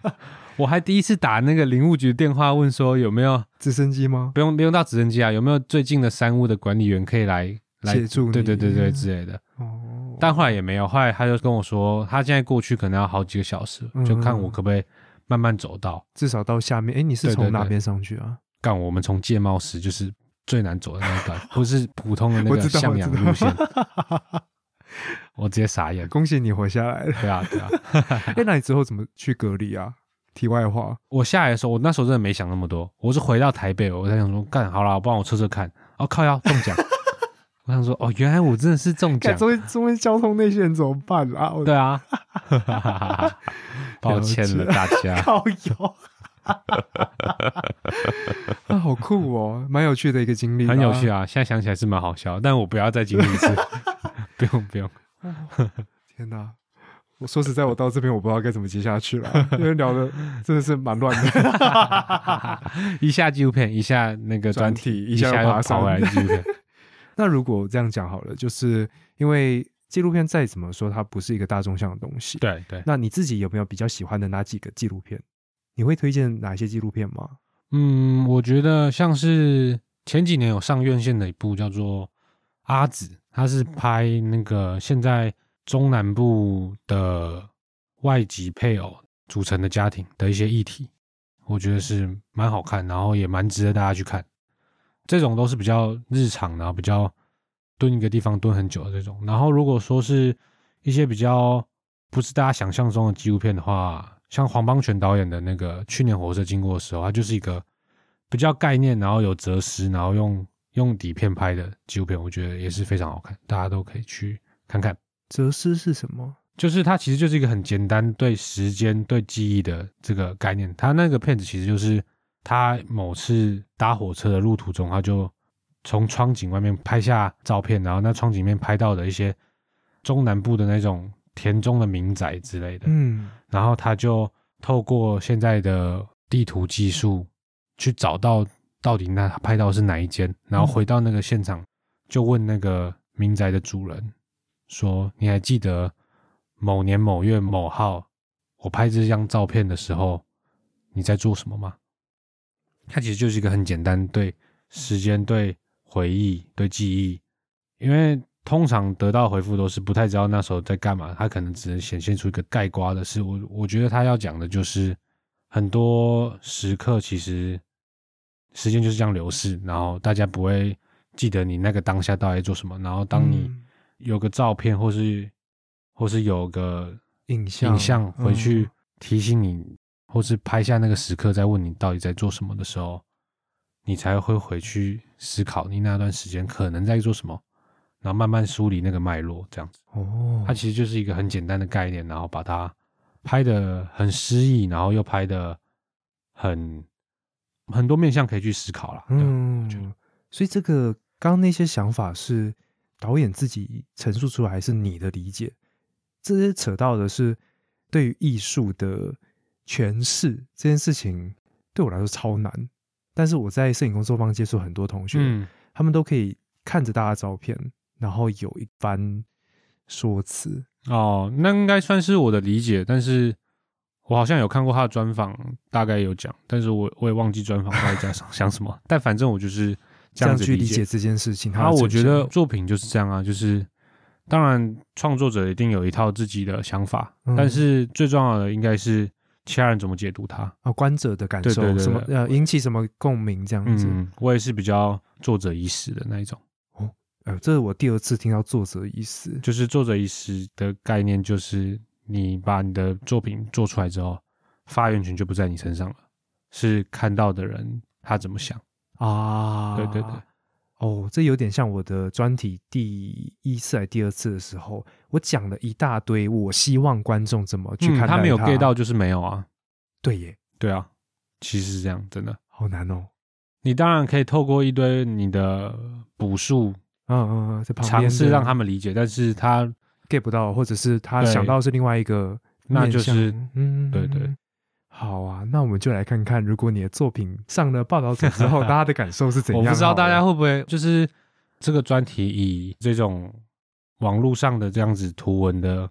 A: 啊！。
B: 我还第一次打那个林务局电话问说有没有
A: 直升机吗？
B: 不用不用到直升机啊，有没有最近的山务的管理员可以来来
A: 协助你嗯
B: 对对对对之类的。
A: 哦，
B: 但后来也没有，后来他就跟我说，他现在过去可能要好几个小时，
A: 嗯
B: 就看我可不可以慢慢走到。
A: 至少到下面，哎，你是
B: 对对
A: 从哪
B: 对
A: 边上去啊？
B: 干我们从界茂石就是最难走的那 一段，不是普通的那
A: 我
B: 个
A: 知道
B: 向
A: 我
B: 阳
A: 知道
B: 路线。我直接傻眼。
A: 恭喜你活下 来了。
B: 对啊对啊，
A: 哎，那你之后怎么去隔离啊？题外话，
B: 我下来的时候，我那时候真的没想那么多，我是回到台北，我才想说，干好啦，我帮我测测看。哦靠腰中奖， 我想说，哦，原来我真的是中奖
A: 看，中间中间交通那些人怎么办啊？我
B: 对 啊， 抱歉了大家。
A: 靠 油。啊，好酷哦，蛮有趣的一个经历，
B: 很有趣
A: 啊！
B: 啊，现在想起来是蛮好笑，但我不要再经历一次， 不用不用，
A: 天哪，我说实在，我到这边我不知道该怎么接下去了，因为 聊的真的是蛮乱的。
B: 一下纪录片，一下那个专
A: 专题
B: 一
A: 一下又爬
B: 又跑
A: 山
B: 回来纪录片，
A: 那如果这样讲好了，就是因为纪录片再怎么说，它不是一个大众向的东西。
B: 对对，
A: 那你自己有没有比较喜欢的哪几个纪录片？你会推荐哪些纪录片吗？
B: 嗯，我觉得像是前几年有上院线的一部叫做《阿紫》，它是拍那个现在中南部的外籍配偶组成的家庭的一些议题，我觉得是蛮好看，然后也蛮值得大家去看。这种都是比较日常，然后比较蹲一个地方蹲很久的这种。然后如果说是一些比较不是大家想象中的纪录片的话，像黄邦全导演的那个《去年火车经过》的时候，它就是一个比较概念，然后有哲思，然后用用底片拍的纪录片，我觉得也是非常好看，大家都可以去看看。
A: 哲思是什么？
B: 就是它其实就是一个很简单对时间、对记忆的这个概念。它那个片子其实就是他某次搭火车的路途中，他就从窗景外面拍下照片，然后那窗景里面拍到的一些中南部的那种田中的民宅之类的，
A: 嗯，
B: 然后他就透过现在的地图技术去找到到底那他拍到的是哪一间，然后回到那个现场就问那个民宅的主人说：“你还记得某年某月某号我拍这张照片的时候你在做什么吗？”它其实就是一个很简单对时间、对回忆、对记忆，因为通常得到回复都是不太知道那时候在干嘛，他可能只能显现出一个盖瓜的事。我我觉得他要讲的就是很多时刻其实时间就是这样流逝，然后大家不会记得你那个当下到底做什么，然后当你
A: 嗯
B: 有个照片或是或是有个
A: 影像
B: 影像回去
A: 嗯
B: 提醒你，或是拍下那个时刻，再问你到底在做什么的时候，你才会回去思考你那段时间可能在做什么，然后慢慢梳理那个脉络，这样子。
A: 哦，
B: 它其实就是一个很简单的概念，然后把它拍的很诗意，然后又拍的很很多面向可以去思考啦。对，啊我觉得
A: 嗯，所以这个刚刚那些想法是导演自己陈述出来，还是你的理解？这些扯到的是对于艺术的诠释这件事情，对我来说超难。但是我在摄影工作坊接触很多同学，
B: 嗯，
A: 他们都可以看着大家照片，然后有一番说辞。
B: 哦，那应该算是我的理解，但是我好像有看过他的专访，大概有讲，但是我我也忘记专访大家想想什么，但反正我就是
A: 这
B: 这样子
A: 去理
B: 理
A: 解。这件事情，
B: 然
A: 它
B: 后
A: 的
B: 我
A: 呈
B: 觉
A: 现
B: 得，作品就是这样啊，就是当然创作者一定有一套自己的想法，
A: 嗯
B: 但是最重要的应该是其他人怎么解读它。
A: 哦，观者的感
B: 对
A: 受，
B: 对对
A: 什么
B: 对
A: 呃，引起什么共鸣这样子。
B: 嗯，我也是比较作者已死的那一种，
A: 呃，这是我第二次听到作者意思。
B: 就是作者已死的概念，就是你把你的作品做出来之后，发言权就不在你身上了，是看到的人他怎么想。
A: 啊，
B: 对对对，
A: 哦，这有点像我的专题第一次还第二次的时候，我讲了一大堆，我希望观众怎么去看
B: 嗯
A: 待
B: 他没有
A: 它
B: get 到，就是没有啊，
A: 对耶，
B: 对啊，其实是这样，真的。
A: 好难哦。
B: 你当然可以透过一堆你的补述，
A: 嗯嗯嗯，在旁边
B: 尝试让他
A: 们
B: 们理解，但是他
A: get 不到，或者是他
B: 对
A: 想到是另外一个
B: 那
A: 面
B: 就
A: 向，
B: 是
A: 嗯，
B: 对对。
A: 好啊，那我们就来看看，如果你的作品上了报道者之后， 大家的感受是怎
B: 我
A: 样？
B: 不知道大家会不会就是这个专题以这种网络上的这样子图文的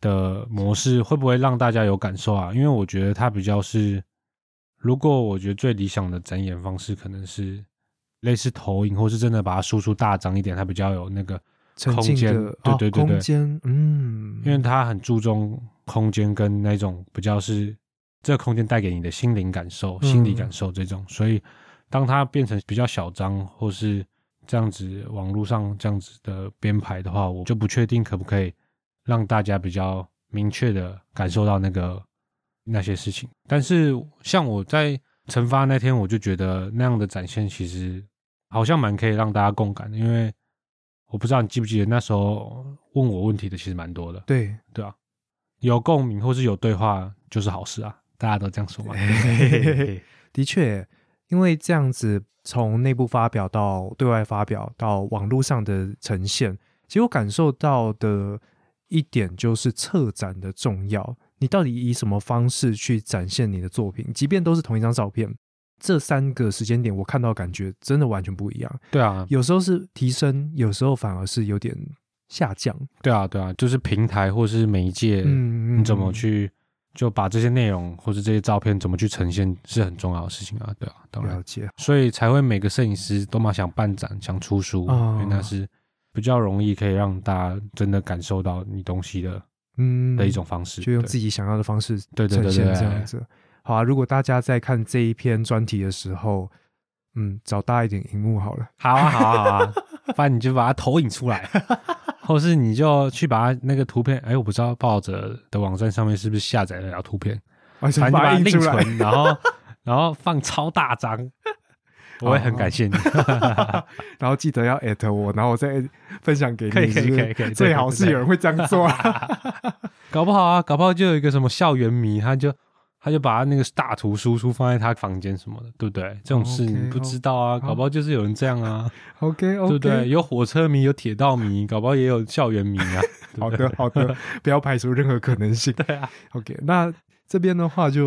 B: 的模式，会不会让大家有感受啊？因为我觉得它比较是，如果我觉得最理想的展演方式可能是类似投影，或是真的把它输出大张一点，它比较有那个
A: 沉
B: 空
A: 浸
B: 间
A: 的，
B: 对
A: 哦
B: 对对对
A: 空间，嗯，
B: 因为它很注重空间跟那种比较是这个空间带给你的心灵感受、
A: 嗯
B: 心理感受这种，所以当它变成比较小张或是这样子网络上这样子的编排的话，我就不确定可不可以让大家比较明确的感受到那个那些事情。但是像我在惩罚那天，我就觉得那样的展现其实好像蛮可以让大家共感的，因为我不知道你记不记得那时候问我问题的其实蛮多的，
A: 对，
B: 对啊，有共鸣或是有对话就是好事啊，大家都这样说嘛。
A: 的确，因为这样子从内部发表到对外发表到网络上的呈现，其实我感受到的一点就是策展的重要。你到底以什么方式去展现你的作品？即便都是同一张照片，这三个时间点，我看到的感觉真的完全不一样。
B: 对啊，
A: 有时候是提升，有时候反而是有点下降。
B: 对啊，对啊，就是平台或是媒介，
A: 嗯
B: 你怎么？去就把这些内容或是这些照片怎么去呈现是很重要的事情啊，对啊，当然
A: 了，解。
B: 所以才会每个摄影师都嘛想办展、想出书，
A: 哦
B: 因为那是比较容易可以让大家真的感受到你东西的
A: 嗯，
B: 的一种方式，
A: 就用
B: 对
A: 自己想要的方式
B: 对对
A: 呈
B: 哎对
A: 现
B: 对
A: 这样
B: 对，
A: 子。好啊，如果大家在看这一篇专题的时候，嗯，找大一点荧幕好了。
B: 好啊，好啊，好啊，不然你就把它投影出来， 或是你就去把它那个图片，哎，我不知道抱着的网站上面是不是下载得了图片，
A: 而且
B: 反正就
A: 把
B: 把
A: 它
B: 它
A: 印
B: 另
A: 出来。
B: 存，然后然后放超大张，我会很感谢你，
A: 然后记得要 at 我，然后我再分享给你。
B: 可以可以
A: 是不是
B: 可以可以
A: 最好是有人会这样做。
B: 搞不好啊，搞不好就有一个什么校园迷，他就。他就把他那个大图输出放在他房间什么的，对不对？这种事
A: 哦 OK，
B: 你不知道啊搞不好就是有人这样啊
A: OK
B: 对
A: OK，
B: 不对？有火车迷，有铁道迷，搞不好也有校园迷啊，对
A: 好
B: 不对？
A: 的好 的，不要排除任何可能性。对啊，OK，那这边的话就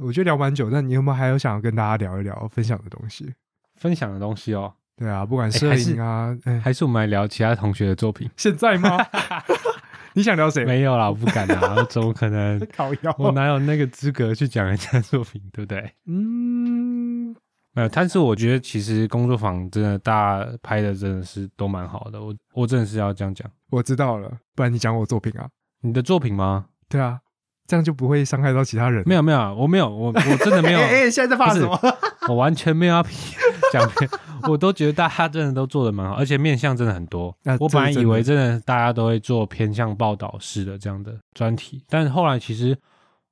A: 我觉得聊蛮久，那你有没有还有想要跟大家聊一聊分享的东西？
B: 分享的东西哦，
A: 对啊，不管
B: 哎
A: 摄
B: 还是
A: 影啊，哎、
B: 还是我们来聊其他同学的作品？
A: 现在 吗？你想聊谁？
B: 没有啦，我不敢啊，我怎么可能？
A: 烤腰
B: 我 哪有那个资格去讲人家的作品，对不对？
A: 嗯，
B: 没有，但是我觉得其实工作坊真的大家拍的真的是都蛮好的，我我真的是要这样讲。
A: 我知道了，不然你讲我作品啊？
B: 你的作品吗？
A: 对啊，这样就不会伤害到其他人。
B: 没有没哎有，我没有，我我真 的没有，
A: 现在在
B: 不是？ 我完全没有要批 讲别人，我都觉得大家真的都做的蛮好，而且面向真的很多。
A: 啊
B: 我本来
A: 这是
B: 以为真的大家都会做偏向报道式的这样的专题，但后来其实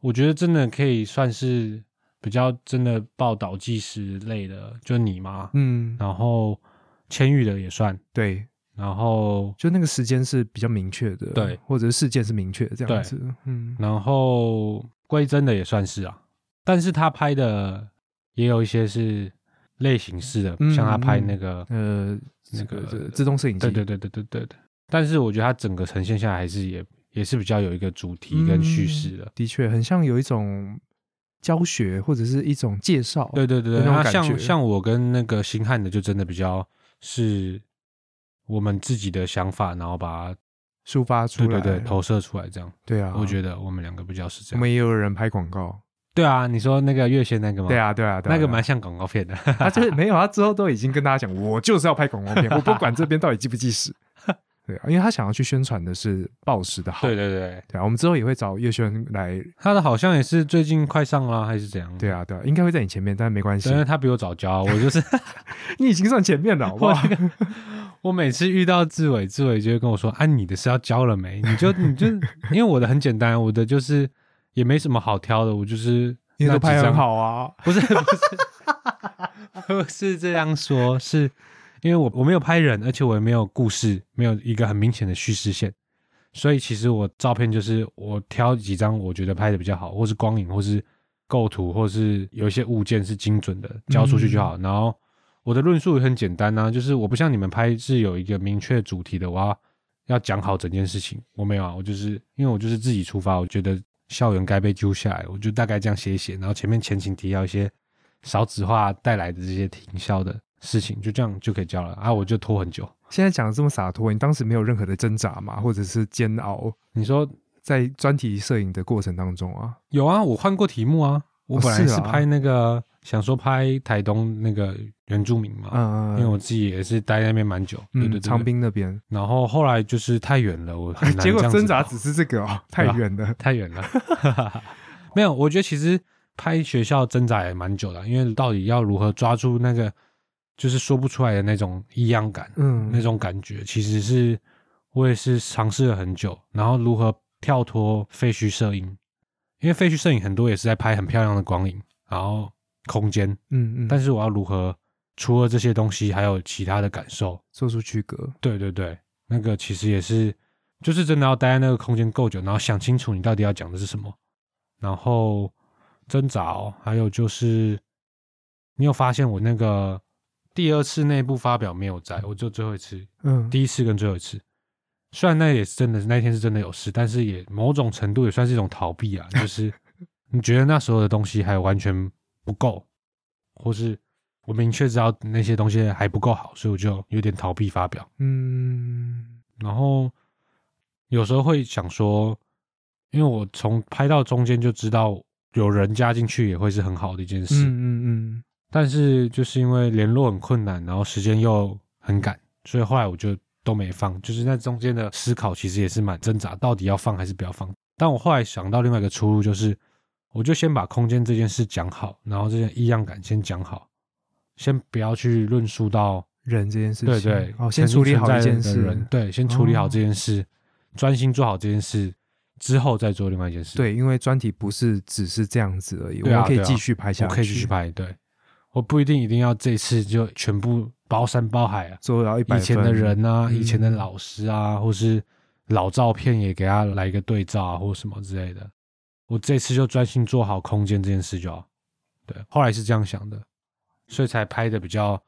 B: 我觉得真的可以算是比较真的报道纪实类的，就你嘛，
A: 嗯，
B: 然后千玉的也算，
A: 对，
B: 然后
A: 就那个时间是比较明确的，
B: 对
A: 或者是事件是明确的这样
B: 对
A: 子。嗯，
B: 然后归真的也算是啊，但是他拍的也有一些是类型式的，
A: 嗯
B: 像他拍
A: 嗯
B: 那个。
A: 呃，
B: 那
A: 这个
B: 个
A: 这自动摄影机，
B: 对对对对对对对。但是我觉得它整个呈现下来还是也也是比较有一个主题跟叙事的。
A: 嗯的确很像有一种教学或者是一种介绍。
B: 对对对
A: 有
B: 对，
A: 那种
B: 那
A: 感觉
B: 像像我跟那个星汉的就真的比较是我们自己的想法，然后把它
A: 抒发出
B: 对
A: 来，
B: 对对投射出来这样。
A: 对啊，
B: 我
A: 得
B: 觉得我们两个比较是这
A: 我
B: 样。
A: 们也有人拍广告，
B: 对啊，你说那个月线那个吗？
A: 对，啊对啊，对啊
B: 那个
A: 对啊
B: 蛮像广告 片的。
A: 他就是没有，他之后都已经跟大家讲，我就是要拍广告片， 我不管这边到底记不记 实。对啊，因为他想要去宣传的是报时的好。
B: 对对对，
A: 对啊，我们之后也会找叶轩来。
B: 他的好像也是最近快上啦，还是怎样？
A: 对啊，对啊，应该会在你前面，但没关系
B: 对，因，为他比我早交，我就是
A: 你已经算前面了， 好不 好？
B: 我每次遇到志伟，志伟就会跟我说：“啊，你的是要交了没？你就你就，因为我的很简单，我的就是也没什么好挑的，我就是
A: 你
B: 那
A: 都
B: 几
A: 拍很
B: 张，
A: 好啊。
B: 不是不是不是这样说，是因为我我没有拍人，而且我也没有故事，没有一个很明显的叙事线，所以其实我照片就是我挑几张我觉得拍的比较好，或是光影，或是构图，或是有一些物件是精准的交出去就好。然后我的论述也很简单啊，就是我不像你们拍是有一个明确主题的，我要要讲好整件事情，我没有啊，我就是因为我就是自己出发，我觉得校园该被揪下来，我就大概这样写一写，然后前面前情提要一些少子化带来的这些停销的事情，就这样就可以交了啊，我就拖很久。
A: 现在讲的这么洒脱，你当时没有任何的挣扎嘛，或者是煎熬，
B: 你说
A: 在专题摄影的过程当中啊，
B: 有啊，我换过题目啊。我
A: 哦
B: 本来
A: 是啊
B: 是拍那个、想说拍台东那个原住民嘛，
A: 嗯，
B: 哦因为我自己也是待在那边蛮久，对对
A: 嗯，
B: 对
A: 长。滨那边，
B: 然后后来就是太远了，我很 难
A: 结果
B: 这样子
A: 挣扎
B: 跑
A: 只是这个哦，太
B: 对啊
A: 远了。
B: 太远了， 没有。我觉得其实拍学校挣扎也蛮久的，啊因为到底要如何抓住那个就是说不出来的那种异样感，
A: 嗯，
B: 那种感觉，其实是我也是尝试了很久，然后如何跳脱废墟摄影，因为废墟摄影很多也是在拍很漂亮的光影，然后空间，
A: 嗯嗯，
B: 但是我要如何除了这些东西，还有其他的感受？
A: 做出区隔，
B: 对对对，那个其实也是，就是真的要待在那个空间够久，然后想清楚你到底要讲的是什么，然后挣扎哦、还有就是，你有发现我那个第二次内部发表没有在，我就最后一次
A: 嗯，
B: 第一次跟最后一次，虽然那也是真的，那一天是真的有事，但是也某种程 度也算是一种逃避啊，就是你觉得那时候的东西还完全不够，或是我明确知道那些东西还不够好，所以我就有点逃避发表。
A: 嗯
B: 然后有时候会想说，因为我从拍到中间就知道有人加进去也会是很好的一件
A: 嗯
B: 事，
A: 嗯
B: 但是就是因为联络很困难，然后时间又很赶，所以后来我就都没放。就是那中间的思考其实也是蛮挣扎，到底要放还是不要放。但我后来想到另外一个出路，就是我就先把空间这件事讲好，然后这件异样感先讲好，先不要去论述到
A: 人这件事
B: 对
A: 情，
B: 对，
A: 哦，先
B: 曾经
A: 处理好一
B: 存在
A: 件
B: 的
A: 事
B: 人，对，先处理好
A: 哦
B: 这件事，专心做好这件事之后再做另外一件事。，
A: 对，因为专题不是只是这样子而已，我
B: 对啊
A: 们可以
B: 对啊
A: 继续拍下
B: 我
A: 去，
B: 可以继续，拍。对，我不一定一定要这次就全部包山包海啊，
A: 做到一百
B: 以前的人啊，
A: 嗯
B: 以前的老师啊，或是老照片也给他来一个对照啊，或什么之类的。我这次就专心做好空间这件事就好。对，后来是这样想的，所以才拍的比较，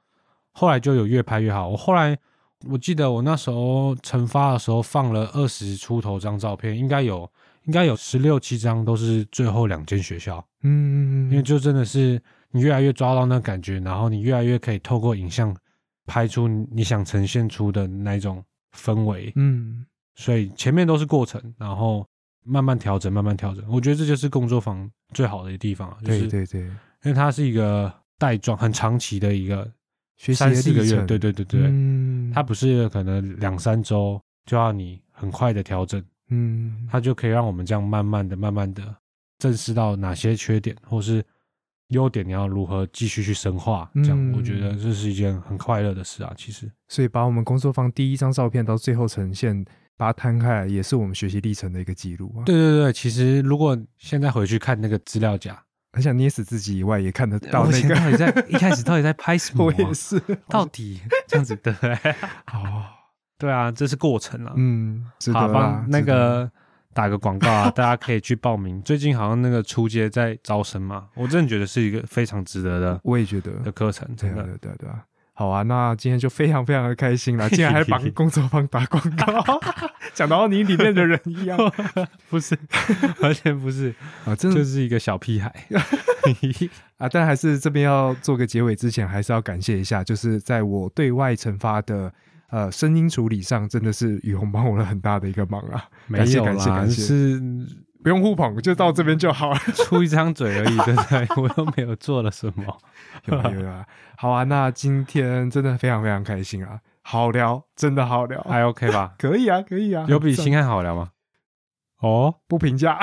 B: 后来就有越拍越好。我后来我记得我那时候成发的时候放了二十出头张照片，应该有应该有十六七张都是最后两间学校。
A: 嗯，嗯
B: 因为
A: 嗯
B: 就真的是你越来越抓到那感觉，然后你越来越可以透过影像拍出你想呈现出的那一种氛围。
A: 嗯，
B: 所以前面都是过程，然后慢慢调整，慢慢调整。我觉得这就是工作坊最好的地方啊，就是
A: 对对对，
B: 因为它是一个带状、很长期的一个
A: 学习
B: 三
A: 的
B: 四个
A: 历
B: 月，
A: 程
B: 对对对对，
A: 嗯，
B: 它不是可能两三周就要你很快的调整。
A: 嗯，
B: 它就可以让我们这样慢慢的、慢慢的正视到哪些缺点或是优点，你要如何继续去深化。这样，
A: 嗯
B: 我觉得这是一件很快乐的事啊。其实，
A: 所以把我们工作坊第一张照片到最后呈现，把它摊开来，也是我们学习历程的一个记录啊。，
B: 对对对，其实如果现在回去看那个资料夹，
A: 很想捏死自己以外，也看得 到
B: 我以
A: 那
B: 前
A: 个。
B: 到底在一开始到底在拍什 么、
A: 我
B: 啊？
A: 也是，
B: 到底这样子对不对？
A: 哦，
B: 对啊，这是过程啊。
A: 嗯，值得
B: 好，
A: 啦
B: 帮那
A: 值得
B: 个打个广告啊，大家可以去报名。最近好像那个初阶在招生嘛，我真的觉得是一个非常值得的
A: 我也觉得，
B: 的课程，
A: 对
B: 真
A: 啊，对。啊
B: 的
A: 对啊，对啊。好啊，那今天就非常非常的开心 了，竟然还帮工作坊打广告， 讲到你里面的人一 样
B: 不是，完全不是，
A: 啊，真的、
B: 就是一个小 屁孩。
A: 啊，但还是这边要做个结尾之前，还是要感谢一下，就是在我对外惩罚的呃声音处理上，真的是雨虹帮我了很大的一个忙 啊，感谢感谢感谢，
B: 是
A: 不用互捧，就到这边就好了。
B: 出一张 嘴而已，对不对？我又没有做了什么。
A: 有啊有啊，好啊，那今天真的非常非常开心啊，好聊，真的好聊，
B: 还 OK 吧？
A: 哎可以啊，可以啊，
B: 有比
A: 很赞
B: 星汉好聊吗？哦，
A: 不评 价。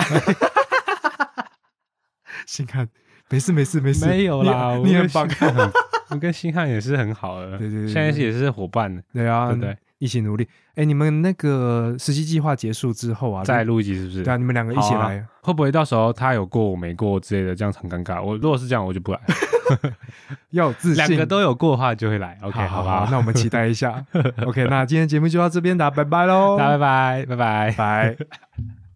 A: 心汉，没事没事没事，
B: 没有啦，
A: 你你
B: 我
A: 很
B: 跟
A: 棒
B: 星，汉很， 我跟星汉也是很好的，
A: 对对对对
B: 现在也是伙伴，
A: 对啊，
B: 对不对？
A: 一起努力。哎，你们那个实习计划结束之后啊，
B: 再录一集是不是？
A: 对啊，你们两个一起
B: 好啊
A: 来，
B: 会不会到时候他有过我没过之类的，这样很尴尬？我如果是这样，我就不来。
A: 要有自信。
B: 两个都有过的话，就会来。OK，
A: 好
B: 好
A: 好
B: 吧
A: 好，，那我们期待一下。OK，那今天节目就到这边，大家拜拜喽，
B: 大家拜拜，拜拜。
A: 拜。